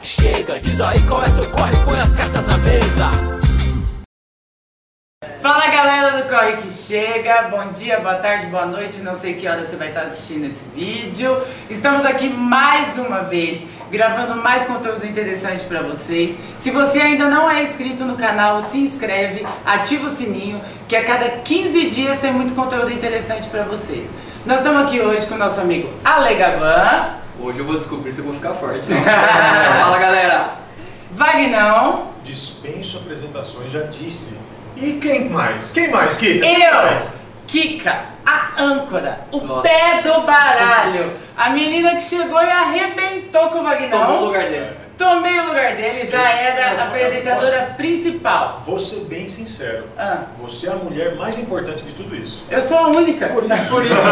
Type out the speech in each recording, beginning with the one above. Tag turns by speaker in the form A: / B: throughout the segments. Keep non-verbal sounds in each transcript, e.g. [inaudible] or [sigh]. A: que chega. Diz aí qual é seu corre, põe as cartas na mesa.
B: Fala galera do Corre Que Chega, bom dia, boa tarde, boa noite, não sei que hora você vai estar assistindo esse vídeo. Estamos aqui mais uma vez, gravando mais conteúdo interessante para vocês. Se você ainda não é inscrito no canal, se inscreve, ativa o sininho, que a cada 15 dias tem muito conteúdo interessante para vocês. Nós estamos aqui hoje com o nosso amigo Ale Gaban,
C: Hoje eu vou descobrir se eu vou ficar forte. né?
D: [laughs]
C: Fala galera!
B: Vagnão,
E: Dispenso apresentações, já disse. E quem mais? Quem mais, Kita? Quem mais?
B: eu, Kika, a âncora, o
C: Nossa.
B: pé do baralho. A menina que chegou e arrebentou com o Vagnão.
C: Tomou o lugar dele.
B: Tomei o lugar dele, já era a apresentadora principal.
E: Vou ser bem sincero.
B: Ah.
E: Você é a mulher mais importante de tudo isso.
B: Eu sou a única.
E: Por isso.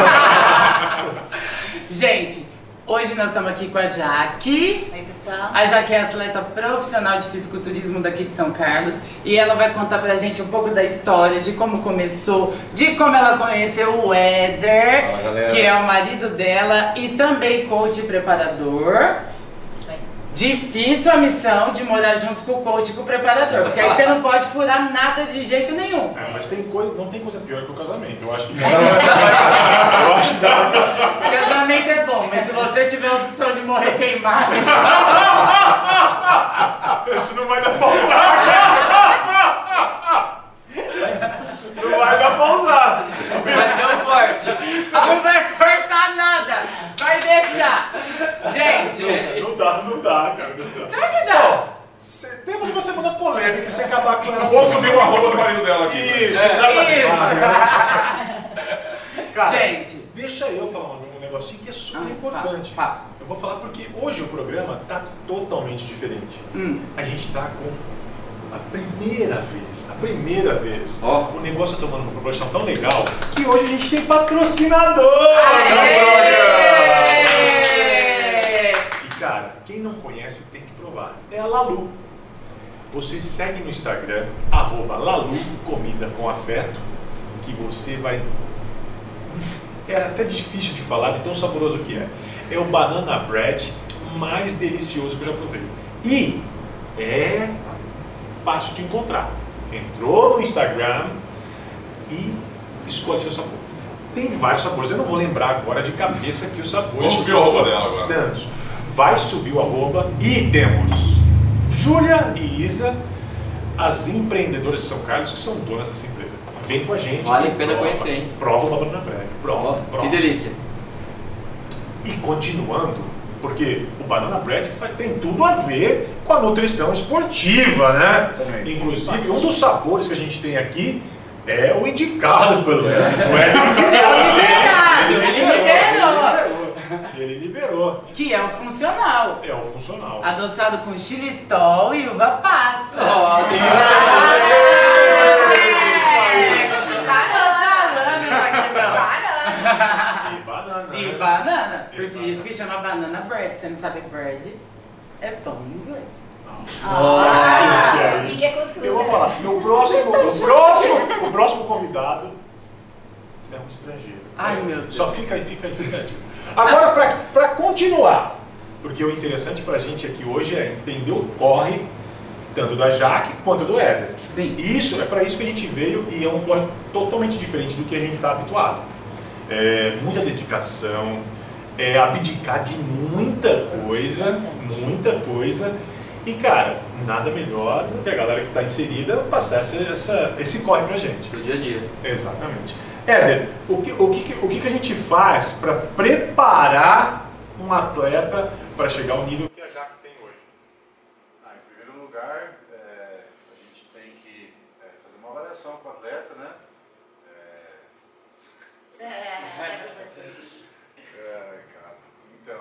E: [laughs]
B: Gente, hoje nós estamos aqui com a Jaque.
F: Oi, pessoal.
B: A Jaque é atleta profissional de fisiculturismo daqui de São Carlos e ela vai contar pra gente um pouco da história, de como começou, de como ela conheceu o Éder,
G: Fala, galera.
B: que é o marido dela e também coach e preparador.
F: Bem,
B: Difícil a missão de morar junto com o coach e com o preparador, porque aí você não pode furar nada de jeito nenhum.
E: Ah, mas tem coisa, não tem coisa pior que o casamento. Eu acho que. eu acho que dá.
B: Casamento é bom, mas se você tiver a opção de morrer queimado,
E: [laughs] Isso não vai dar pra usar. [laughs] Não vai dar pra usar.
C: Vai ser um forte!
B: não vai cortar nada, vai deixar. Gente,
E: Não dá, não dá, cara. Não dá.
B: será que dá?
E: Cê- temos uma semana polêmica se acabar com ela.
G: Vou subir o arroba do marido dela aqui. né?
E: Isso, exatamente. Cara,
B: Gente.
E: deixa eu falar um negocinho que é super
B: Ah,
E: importante.
B: fala, fala.
E: Eu vou falar porque hoje o programa tá totalmente diferente.
B: Hum.
E: A gente tá com a primeira vez, a primeira vez,
C: Ó.
E: o negócio tá tomando uma proporção tão legal que hoje a gente tem patrocinador!
B: Aê!
E: E cara, quem não conhece tem que provar. É a Lalu. Você segue no Instagram, arroba Lalu Comida com Afeto, que você vai. É até difícil de falar de tão saboroso que é. É o banana bread mais delicioso que eu já provei. E é fácil de encontrar. Entrou no Instagram e escolhe seu sabor. Tem vários sabores, eu não vou lembrar agora de cabeça que os sabores.
G: Vamos subir o arroba dela agora.
E: Tantos. Vai subir o arroba e temos Júlia e Isa, as empreendedoras de São Carlos que são donas dessa empresa. Vem com a gente.
C: Vale a
E: e
C: pena
E: prova.
C: conhecer, hein?
E: Prova o Banana Bread. Prova, prova.
C: Que delícia!
E: E continuando, porque o Banana Bread fa- tem tudo a ver com a nutrição esportiva, né?
G: Também.
E: Inclusive, um dos sabores que a gente tem aqui é o indicado pelo Éder. O
B: É
E: Éder indicou.
B: o liberado, ele
E: Ele
B: liberou.
E: liberou. Ele liberou.
B: Que é o funcional.
E: É o funcional.
B: Adoçado com xilitol e uva passa.
C: Ó, Ah, é.
F: Parando.
E: E banana.
B: E
E: né?
B: banana, porque
E: Exato.
B: isso que chama banana bread. Você não sabe bread é pão em inglês.
F: Ah,
E: Gente,
F: o que que é cultura?
E: Eu vou falar. No próximo, o próximo, o próximo convidado é um estrangeiro.
B: Ai, meu Deus.
E: Só fica aí, fica aí, fica aí. Agora, pra, pra continuar, porque o interessante pra gente aqui hoje é entender o corre, tanto da Jaque quanto do Éder.
B: Sim.
E: Isso, é pra isso que a gente veio e é um corre totalmente diferente do que a gente tá habituado. É, muita dedicação, é abdicar de muita coisa, muita coisa. E cara, nada melhor do que a galera que está inserida passar essa, essa- esse corre pra gente.
C: Seu dia a dia.
E: Exatamente. Éder, o que, o que, que- o que, que a gente faz para preparar um atleta para chegar ao nível que a Jaque tem hoje?
H: Ah, em primeiro lugar, é, a gente tem que é, fazer uma avaliação com o atleta, né? [laughs] É, cara, então,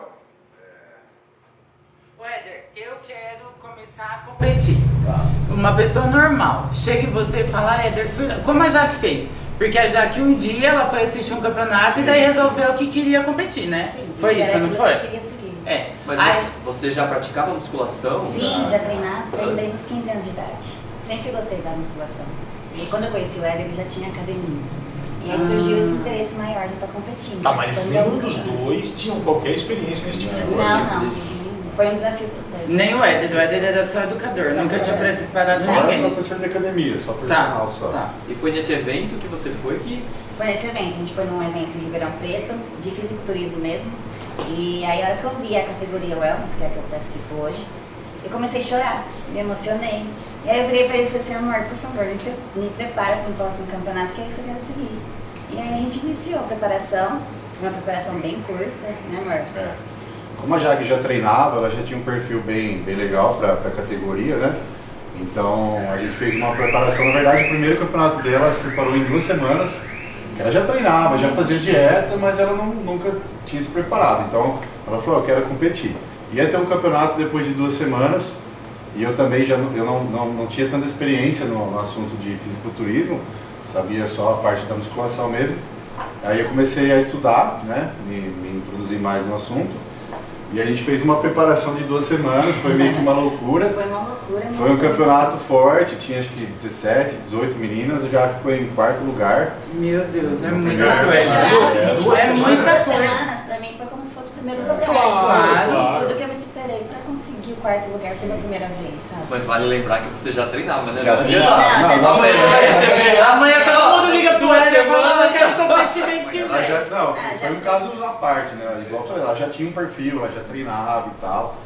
B: Weder, eu quero começar a competir.
F: Tá.
B: Uma pessoa normal chega em você e fala, "Ah, Éder, fui- como a Jaque fez? Porque a Jaque um dia ela foi assistir um campeonato e daí resolveu que queria competir, né?
F: Sim,
B: foi isso,
F: era
B: não
F: aquilo
B: foi?
F: que Eu queria seguir.
B: É.
C: Mas
B: Aí-
C: você- você já praticava musculação?
F: Sim, já treinava treino desde os 15 anos de idade. Sempre gostei da musculação. E quando eu conheci o Éder, ele já tinha academia. E aí surgiu esse interesse maior de estar competindo.
E: Tá, mas
F: participando de
E: nenhum
F: algum
E: dos
F: campeonato.
E: dois tinham qualquer experiência nesse tipo de coisa.
F: Não, não.
C: Tipo
F: Foi um desafio para os dois.
B: Nem o Éder, o Éder era só educador,
F: Só
B: nunca tinha
F: educador.
B: preparado
D: Só era
B: ninguém.
D: professor de academia, só
B: Tá,
D: profissional só.
B: tá.
C: E foi nesse evento que você foi que
F: Foi nesse evento, a gente foi num evento em Ribeirão Preto, de fisiculturismo mesmo. E aí a hora que eu vi a categoria Wellness, que é a que eu participo hoje, eu comecei a chorar, me emocionei. E aí eu virei pra ele e falei assim, amor, por favor, me, pre- me prepara para o próximo campeonato, que é isso que eu quero seguir. E aí a gente iniciou a preparação, foi uma preparação bem curta, né amor?
D: É. Como a Jag já treinava, ela já tinha um perfil bem, bem legal para a categoria, né? Então a gente fez uma preparação, na verdade o primeiro campeonato dela ela se preparou em duas semanas, que ela já treinava, já fazia dieta, mas ela não- nunca tinha se preparado. Então ela falou, eu quero competir. Ia ter um campeonato depois de duas semanas, e eu também já não- eu não, não, não tinha tanta experiência no, no assunto de fisiculturismo, sabia só a parte da musculação mesmo. Aí eu comecei a estudar, né, me, me introduzir mais no assunto. E a gente fez uma preparação de duas semanas, foi meio que uma loucura.
F: Foi uma loucura. mas
D: Foi um
F: muito
D: campeonato forte, tinha acho que 17, 18 meninas, eu já ficou em quarto lugar.
B: Meu Deus, é
D: Não,
B: muito
D: não,
F: Nossa, eu
B: coisa.
F: chorava,
D: É,
F: gente,
B: duas
F: foi
B: semanas.
F: muitas semanas, pra mim foi como se fosse o primeiro lugar.
B: Claro,
F: de
E: claro.
F: tudo que eu me superei pra conseguir o quarto lugar pela primeira vez, sabe?
C: Mas vale lembrar que você já treinava, né?
D: Já
C: Não
D: Sim,
C: adianta.
D: não, já
C: Não, mas
D: treinava.
C: vai receber.
B: [laughs] Amanhã todo mundo liga pro
C: Duas
F: é
B: Éder e fala, "Ah, eu
C: semanas.
B: quero competir mês que
D: Ela
B: vem.
D: já, não,
F: Ah, já
D: foi um
F: tem.
D: caso à parte, né? Igual eu falei, ela já tinha um perfil, ela já treinava e tal.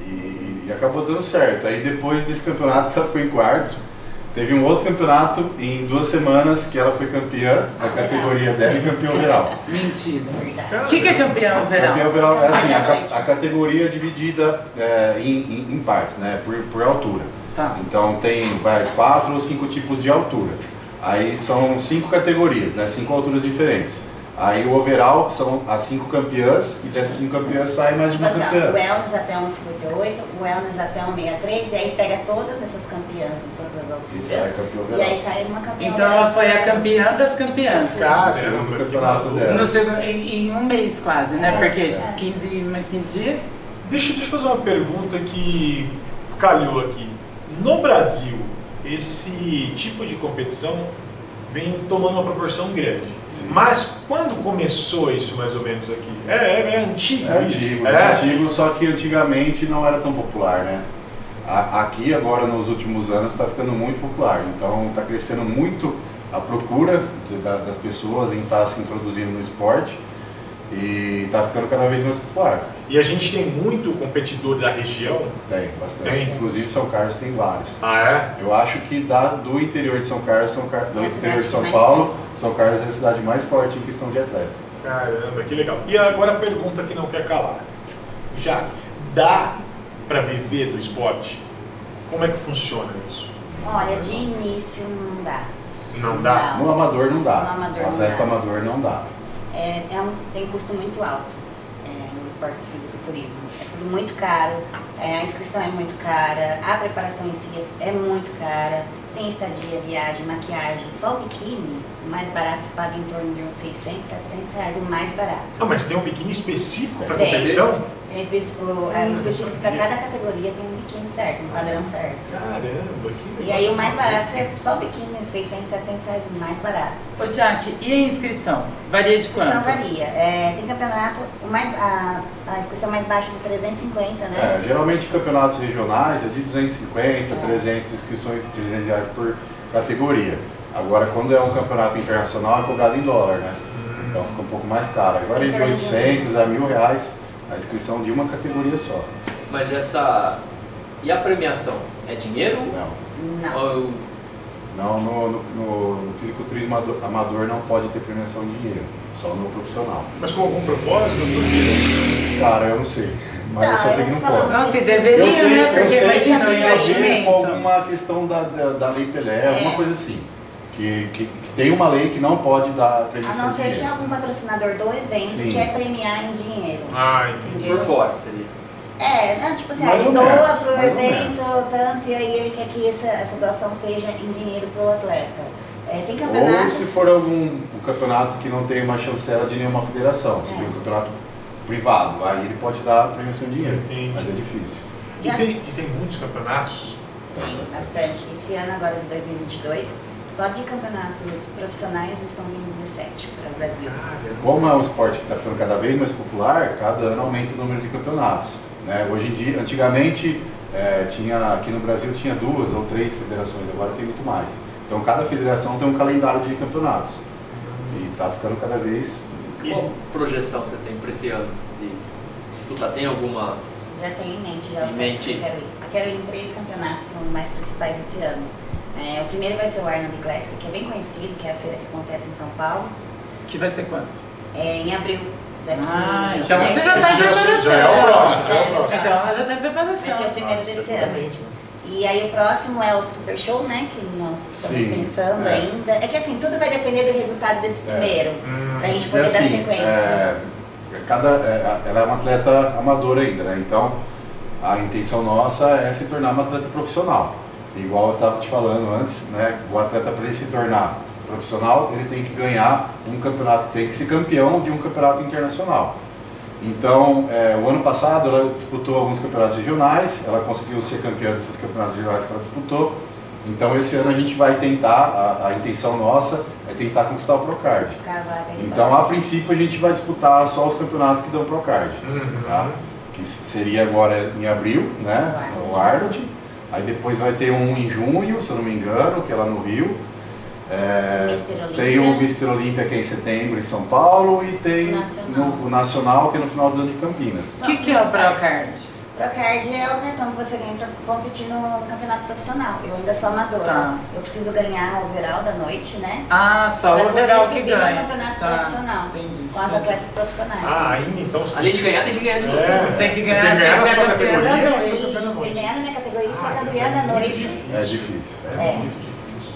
D: E, e acabou dando certo. Aí depois desse campeonato que ela ficou em quarto, teve um outro campeonato em duas semanas que ela foi campeã da categoria dela e
F: [laughs]
D: campeã overall.
B: Mentira.
F: Verdade.
B: O que, que é campeão
D: Campeã
B: verão?
D: overall é assim, a,
F: Exatamente.
D: ca- a categoria é dividida é, em, em- em partes, né? Por, por altura.
B: Tá.
D: Então tem vai, quatro ou cinco tipos de altura. Aí são cinco categorias, né? Cinco alturas diferentes. Aí o overall são as cinco campeãs e dessas cinco campeãs sai mais
F: Tipo
D: uma
F: assim, ó,
D: campeã.
F: o wellness até 1,58, o wellness até 1,63, e aí pega todas essas campeãs de todas as
D: Isso, ela é
F: alturas.
D: campeã
F: E
D: overall.
F: aí sai uma campeã.
B: Então ela foi a campeã das campeãs.
F: Tá.
D: Ah,
E: Caramba,
D: segundo
E: que
D: campeonato
E: maluco.
D: dela.
B: No segundo, em, em um mês quase, né?
F: É,
B: Porque
F: é.
B: 15, mais 15 dias.
E: Deixa, deixa eu fazer uma pergunta que calhou aqui. No Brasil, esse tipo de competição vem tomando uma proporção grande. Mas quando começou isso, mais ou menos, aqui? É, é, é antigo
D: É
E: isso.
D: antigo, é antigo, só que antigamente não era tão popular, né? A- Aqui agora nos últimos anos está ficando muito popular, então está crescendo muito a procura de- da- das pessoas em estar se introduzindo no esporte e está ficando cada vez mais popular.
E: E a gente tem muito competidor da região.
D: Tem bastante.
E: Tem.
D: Inclusive São Carlos tem vários.
E: Ah,
D: Eu acho que da, do interior de São Carlos, São Car... do
F: É a
D: interior
F: cidade
D: de São
F: mais
D: Paulo, São Carlos é a cidade mais forte em questão de atleta.
E: é? Caramba, que legal. E agora a pergunta que não quer calar. Já dá para viver do esporte? Como é que funciona isso?
F: Olha, de início não dá.
E: Não dá?
F: Não.
D: No amador não dá.
F: Ah. No amador
D: O
F: não
D: atleta
F: dá.
D: amador não dá.
F: É, é um, tem custo muito alto é, no esporte do fisiculturismo. É tudo muito caro, é, a inscrição é muito cara, a preparação em si é muito cara, tem estadia, viagem, maquiagem. Só o biquíni, o mais barato se paga em torno de uns 600, 700 reais, o mais barato.
E: Ah, mas tem um biquíni específico para
F: Tem.
E: competição?
F: Tem específico, é, específico para cada categoria tem um biquíni certo, um
D: Uhum.
F: padrão certo.
E: Caramba, que legal.
F: E aí o mais barato é só o biquíni, 600, 700 reais, o mais barato.
B: Ô Jaque, e a inscrição? Varia de
F: Não
B: quanto?
F: varia. É, tem campeonato, o mais, a, a inscrição mais baixa é de 350, né?
D: É, geralmente campeonatos regionais é de 250, 300 inscrições, 300 reais por categoria. Agora, quando é um campeonato internacional, é cobrado em dólar, né? Então fica um pouco mais caro. Agora é de 800 a 1.000 reais a inscrição de uma categoria só.
C: [laughs] Mas essa. E a premiação? É dinheiro?
D: Não,
F: Não.
C: Ou
D: não no, no- no- no fisiculturismo ado- amador não pode ter premiação de dinheiro, só no profissional.
E: Mas com algum propósito? Porque...
D: Cara, eu não sei, mas eu só
F: Tá,
D: sei
F: eu
D: que não
F: vou falar
D: pode.
F: uma
B: Nossa, e
D: Eu
B: deveria,
D: sei,
B: né?
D: eu
B: Porque
D: sei
B: imagina o
D: que tem a ver com
B: investimento.
D: alguma questão da, da, da lei Pelé, alguma
F: É.
D: coisa assim. Que, que, que tem uma lei que não pode dar
F: A
D: premiação
F: não
D: de
F: ser que
D: dinheiro.
F: algum patrocinador do evento
D: Sim.
F: quer premiar em dinheiro.
E: Ah, entendi.
F: entendeu?
C: por fora seria?
F: É, não, tipo assim,
D: Ah. Mais
F: aí
D: ou
F: doa
D: menos,
F: pro
D: mais ou
F: evento tanto, e aí ele quer que essa, essa doação seja em dinheiro pro atleta. É, tem
D: Ou
F: campeonatos.
D: se for algum um campeonato que não tem uma chancela de nenhuma federação, se
F: É.
D: for um campeonato privado, aí ele pode dar premiação de dinheiro.
E: Entendi.
D: Mas é difícil. Então, é
E: E tem, e tem muitos campeonatos?
F: Tem bastante. Esse ano agora de 2022, só de campeonatos profissionais estão vindo 17 para o Brasil.
E: Cara,
D: é tá Como é um esporte que está ficando cada vez mais popular, cada ano aumenta o número de campeonatos. né? né? Hoje em dia, antigamente é, tinha aqui no Brasil tinha duas ou três federações, agora tem muito mais. Então cada federação tem um calendário de campeonatos e está ficando cada vez
C: Qual projeção você tem para esse ano de disputar? Tem alguma
F: Já tenho em mente, já
C: Em
F: sei
C: mente.
F: que eu quero ir. Eu quero ir em três campeonatos, são os mais principais esse ano. É, o primeiro vai ser o Arnold Classic, que é bem conhecido, que é a feira que acontece em São Paulo,
B: Que vai ser quanto?
F: é, em abril. Daqui
B: Ah, então
F: vai
B: você
F: ser-
B: já tá em
E: Já-
B: preparação.
E: já é o próximo, já é o próximo.
B: Então ela já tá em
F: Vai ser Então, o
B: preparação.
F: primeiro
E: Ah,
F: desse ano.
E: certamente, né?
F: E aí o próximo é o Super Show, né? Que nós estamos
D: Sim,
F: pensando
D: é.
F: ainda. É que assim, tudo vai depender do resultado desse primeiro, pra gente
D: É
F: poder dar
D: assim,
F: sequência. né,
D: é, cada, é, ela é uma atleta amadora ainda, né? Então a intenção nossa é se tornar uma atleta profissional. Igual eu estava te falando antes, né? O atleta para ele se tornar profissional, ele tem que ganhar um campeonato, tem que ser campeão de um campeonato internacional. Então, é, o ano passado ela disputou alguns campeonatos regionais, ela conseguiu ser campeã desses campeonatos regionais que ela disputou. Então, esse ano a gente vai tentar, a, a intenção nossa é tentar conquistar o Procard.
F: Buscar a vaga aí.
D: Então, a princípio, a gente vai disputar só os campeonatos que dão Procard,
E: Uhum.
D: tá?
G: Uhum.
D: que s- seria agora em abril, né?
F: O Arnold.
D: o Arnold. Aí depois vai ter um em junho, se eu não me engano, que é lá no Rio. É,
F: Mister Olímpia.
D: tem o Mr. Olímpia que é em setembro em São Paulo e tem
F: Nacional.
D: no- o Nacional que é no final do ano em Campinas.
B: O que, que é o Procard?
F: Procard é o cartão que você ganha pra competir no campeonato profissional. Eu ainda sou amadora.
B: Tá.
F: Eu preciso ganhar o overall da noite, né?
B: Ah, só
F: Pra
B: o
F: poder
B: overall que
F: subir no
B: ganha.
F: campeonato
B: Tá,
F: profissional.
B: Entendi.
F: Com as atletas profissionais.
E: Ah, ainda então.
C: Além de ganhar, né, tem que ganhar de novo.
E: É,
B: Tem que
E: você
B: ganhar,
E: tem que ganhar
B: tem
E: na
B: que
E: sua
B: ser campeã da
E: categoria e
B: noite.
E: ser
F: Isso,
E: campeã da
F: se
E: noite.
F: ganhar na minha categoria e ser
E: Ah,
F: campeã da noite
D: É difícil.
F: É.
D: muito difícil.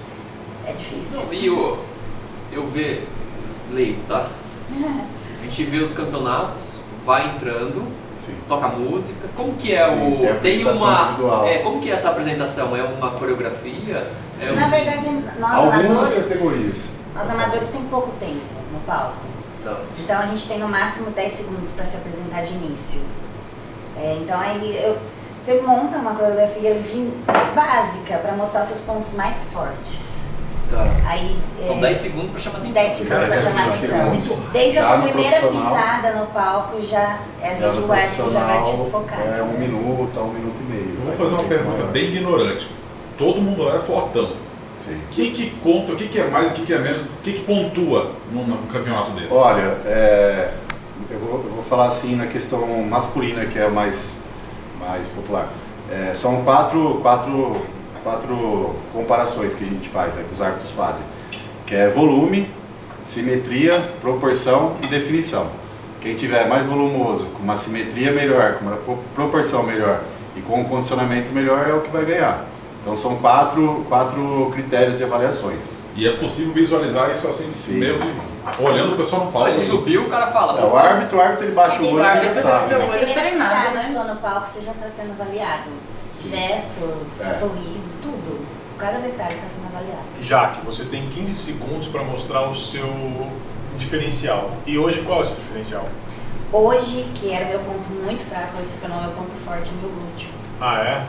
F: é difícil.
C: Não, e o, eu ver, leio,
F: [laughs]
C: tá? A gente vê os campeonatos, vai entrando,
D: é, Sim.
C: toca música. Como que é
D: Sim,
C: o.
D: tem a
C: Tem
D: apresentação individual.
C: uma. É, como que é essa apresentação? É uma coreografia? É
F: Na
C: um-
F: verdade, nós
D: Algumas
F: amadores,
D: categorias.
F: nós amadores tem pouco tempo no palco.
C: Tá.
F: Então a gente tem no máximo 10 segundos para se apresentar de início. É, então aí eu- você monta uma coreografia de- básica para mostrar os seus pontos mais fortes.
C: tá.
F: Aí,
C: São
F: é,
C: 10 segundos pra chamar atenção.
F: 10 segundos
D: Cara,
F: para
D: é
F: chamar
D: muito
F: atenção.
D: rápido.
F: Desde a
D: Já
F: sua
D: no
F: primeira
D: profissional-
F: pisada no palco já é
D: Já
F: ali
D: no
F: que o árbitro já vai
D: profissional,
F: te focar.
D: É um minuto a um minuto e meio.
G: Eu vou
D: Vai
G: fazer uma
D: ter que
G: pergunta
D: demorar.
G: bem ignorante. Todo mundo lá é fortão.
D: Sim.
G: O que, que conta, o que, que é mais, o que, que é menos, o que, que pontua num, num campeonato desse?
D: Olha, é, eu, vou, eu vou falar assim na questão masculina, que é a mais, mais popular. É, são quatro, quatro, quatro comparações que a gente faz, né, que os árbitros fazem, que é volume, simetria, proporção e definição. Quem tiver mais volumoso, com uma simetria melhor, com uma pro- proporção melhor e com um condicionamento melhor é o que vai ganhar. Então são quatro, quatro critérios de avaliações.
G: E é possível visualizar isso assim,
D: Sim.
G: meio que olhando o pessoal no palco.
C: Ele subiu, o cara
D: É,
C: fala.
D: o árbitro, o árbitro ele baixa o olho e já
B: Árbitro,
D: sabe.
B: árbitro,
D: né?
F: Na primeira
B: treinado,
F: pisada
B: né?
F: só no palco você já está sendo avaliado. Gestos,
D: É.
F: sorriso, tudo. Cada detalhe está sendo avaliado.
E: Jaque, você tem 15 segundos para mostrar o seu diferencial. E hoje qual é o seu diferencial?
F: Hoje, que era meu ponto muito fraco, hoje se tornou meu ponto forte, meu glúteo.
E: Ah, é?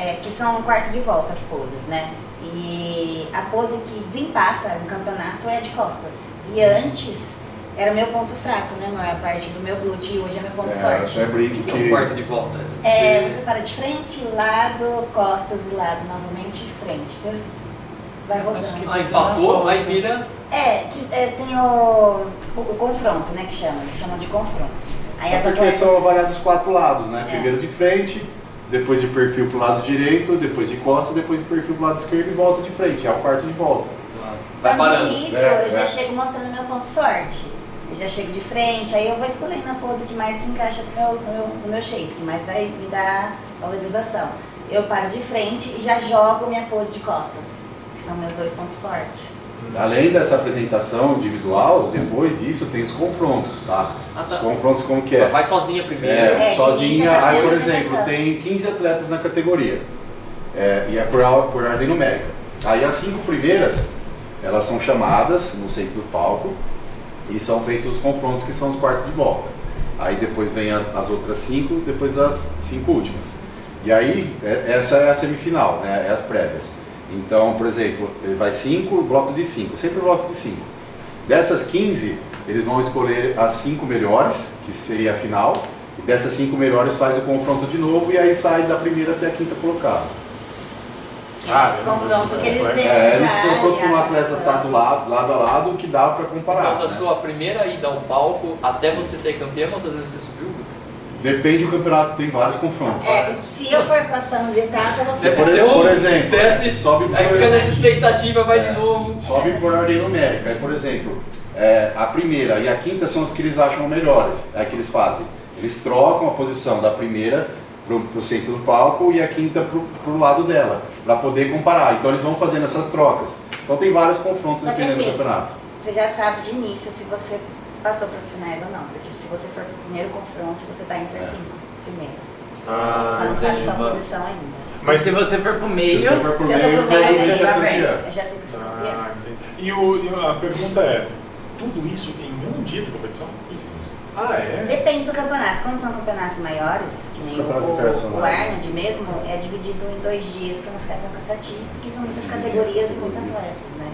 F: É, que são um quarto de volta as poses, né? E a pose que desempata no campeonato é a de costas. E antes era meu ponto fraco, né? Maior parte do meu glúteo e hoje é meu ponto
D: É,
F: forte.
D: até brinco
C: O que
D: que,
C: é um quarto de volta?
F: É, você para de frente, lado, costas e lado, novamente e frente. Você vai
B: Acho
F: rodando.
B: que-
C: Ah, empatou, aí vira.
F: É, que, é, tem o, o, o confronto, né? Que chama, eles chamam de confronto. Aí
D: é
F: as
D: porque
F: atletas.
D: são avaliados os quatro lados, né?
F: É.
D: Primeiro de frente, depois de perfil pro lado direito, depois de costa, depois de perfil pro lado esquerdo e volta de frente. É o quarto de volta.
C: Vai
F: Então, de
C: parando.
F: início,
D: É,
F: eu já
D: é.
F: chego mostrando meu ponto forte. Eu já chego de frente, aí eu vou escolhendo a pose que mais se encaixa com o meu, com o meu, com o meu shape, que mais vai me dar valorização. Eu paro de frente e já jogo minha pose de costas, que são meus dois pontos fortes.
C: Uhum.
D: Além dessa apresentação individual, depois disso tem os confrontos, tá?
C: Ah, tá.
D: Os confrontos como que é?
C: Vai sozinha primeiro.
D: É,
F: É,
D: sozinha,
F: quem
D: aí, por
F: você
D: exemplo,
F: seleção.
D: tem 15 atletas na categoria. É, e é por, or- por ordem numérica. Aí as cinco primeiras, elas são chamadas no centro do palco e são feitos os confrontos que são os quartos de volta. Aí depois vem a- as outras cinco, depois as cinco últimas. E aí, é- essa é a semifinal, né? É as prévias. Então, por exemplo, ele vai cinco blocos de cinco, sempre blocos de cinco. Dessas 15, eles vão escolher as cinco melhores, que seria a final, E dessas cinco melhores faz o confronto de novo e aí sai da primeira até a quinta colocada.
F: Que
E: Ah,
F: eles
E: eu não
F: confrontam,
E: vou
F: que eles
E: chutar.
F: veem.
D: É, eles
F: verdade,
D: confrontam com um
F: a
D: atleta
F: pessoa.
D: tá do lado, lado a lado, o que dá pra comparar.
C: Então, da
D: né?
C: sua primeira ida ao palco até você ser campeã, quantas vezes você subiu?
D: Depende do campeonato, tem vários confrontos.
F: É, se eu for passando de etapa, eu vou
C: Deve
D: Por,
C: ser
D: por
C: um-
D: exemplo,
C: desce,
D: sobe por
C: Aí fica nessa expectativa, vai
D: É.
C: de novo.
D: Sobe por ordem numérica. Aí, por exemplo, é, a primeira e a quinta são as que eles acham melhores. É que eles fazem. Eles trocam a posição da primeira pro, pro centro do palco e a quinta pro, pro lado dela, para poder comparar. Então eles vão fazendo essas trocas. Então tem vários confrontos
F: Só que
D: dependendo
F: assim,
D: do campeonato.
F: Você já sabe de início se você passou para os finais ou não, porque se você for pro primeiro confronto, você tá entre
D: É.
F: as cinco primeiras.
E: Ah,
F: você não sabe sua
C: entendi.
F: posição ainda.
B: Mas
E: mas
B: se você for pro
D: Se
B: meio, [laughs] é,
D: você for pro
F: Se eu
D: meio, é
F: for pro meio, tá
D: aí você
F: daí
D: já
B: já vem.
D: campeã.
F: Eu É já sei que você não quer.
E: Ah, entendi. E, o- e a pergunta é, tudo isso em um dia de competição?
F: Isso.
E: Ah, é?
F: Depende do campeonato. Quando são campeonatos maiores, que
D: Os
F: nem o,
D: campeonatos
F: o, o
D: internacionais, né?
F: Arnold mesmo, é dividido em dois dias para não ficar tão cansativo, porque são muitas categorias e muitos atletas, né?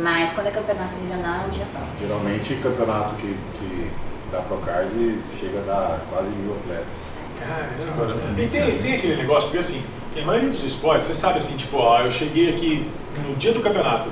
F: Mas quando é campeonato regional, é um dia só.
D: Tá, Geralmente campeonato que, que dá Procard chega a dar quase mil atletas.
E: Caramba. E tem, tem aquele negócio, porque assim, a maioria dos esportes, você sabe assim, tipo, ó, eu cheguei aqui no dia do campeonato,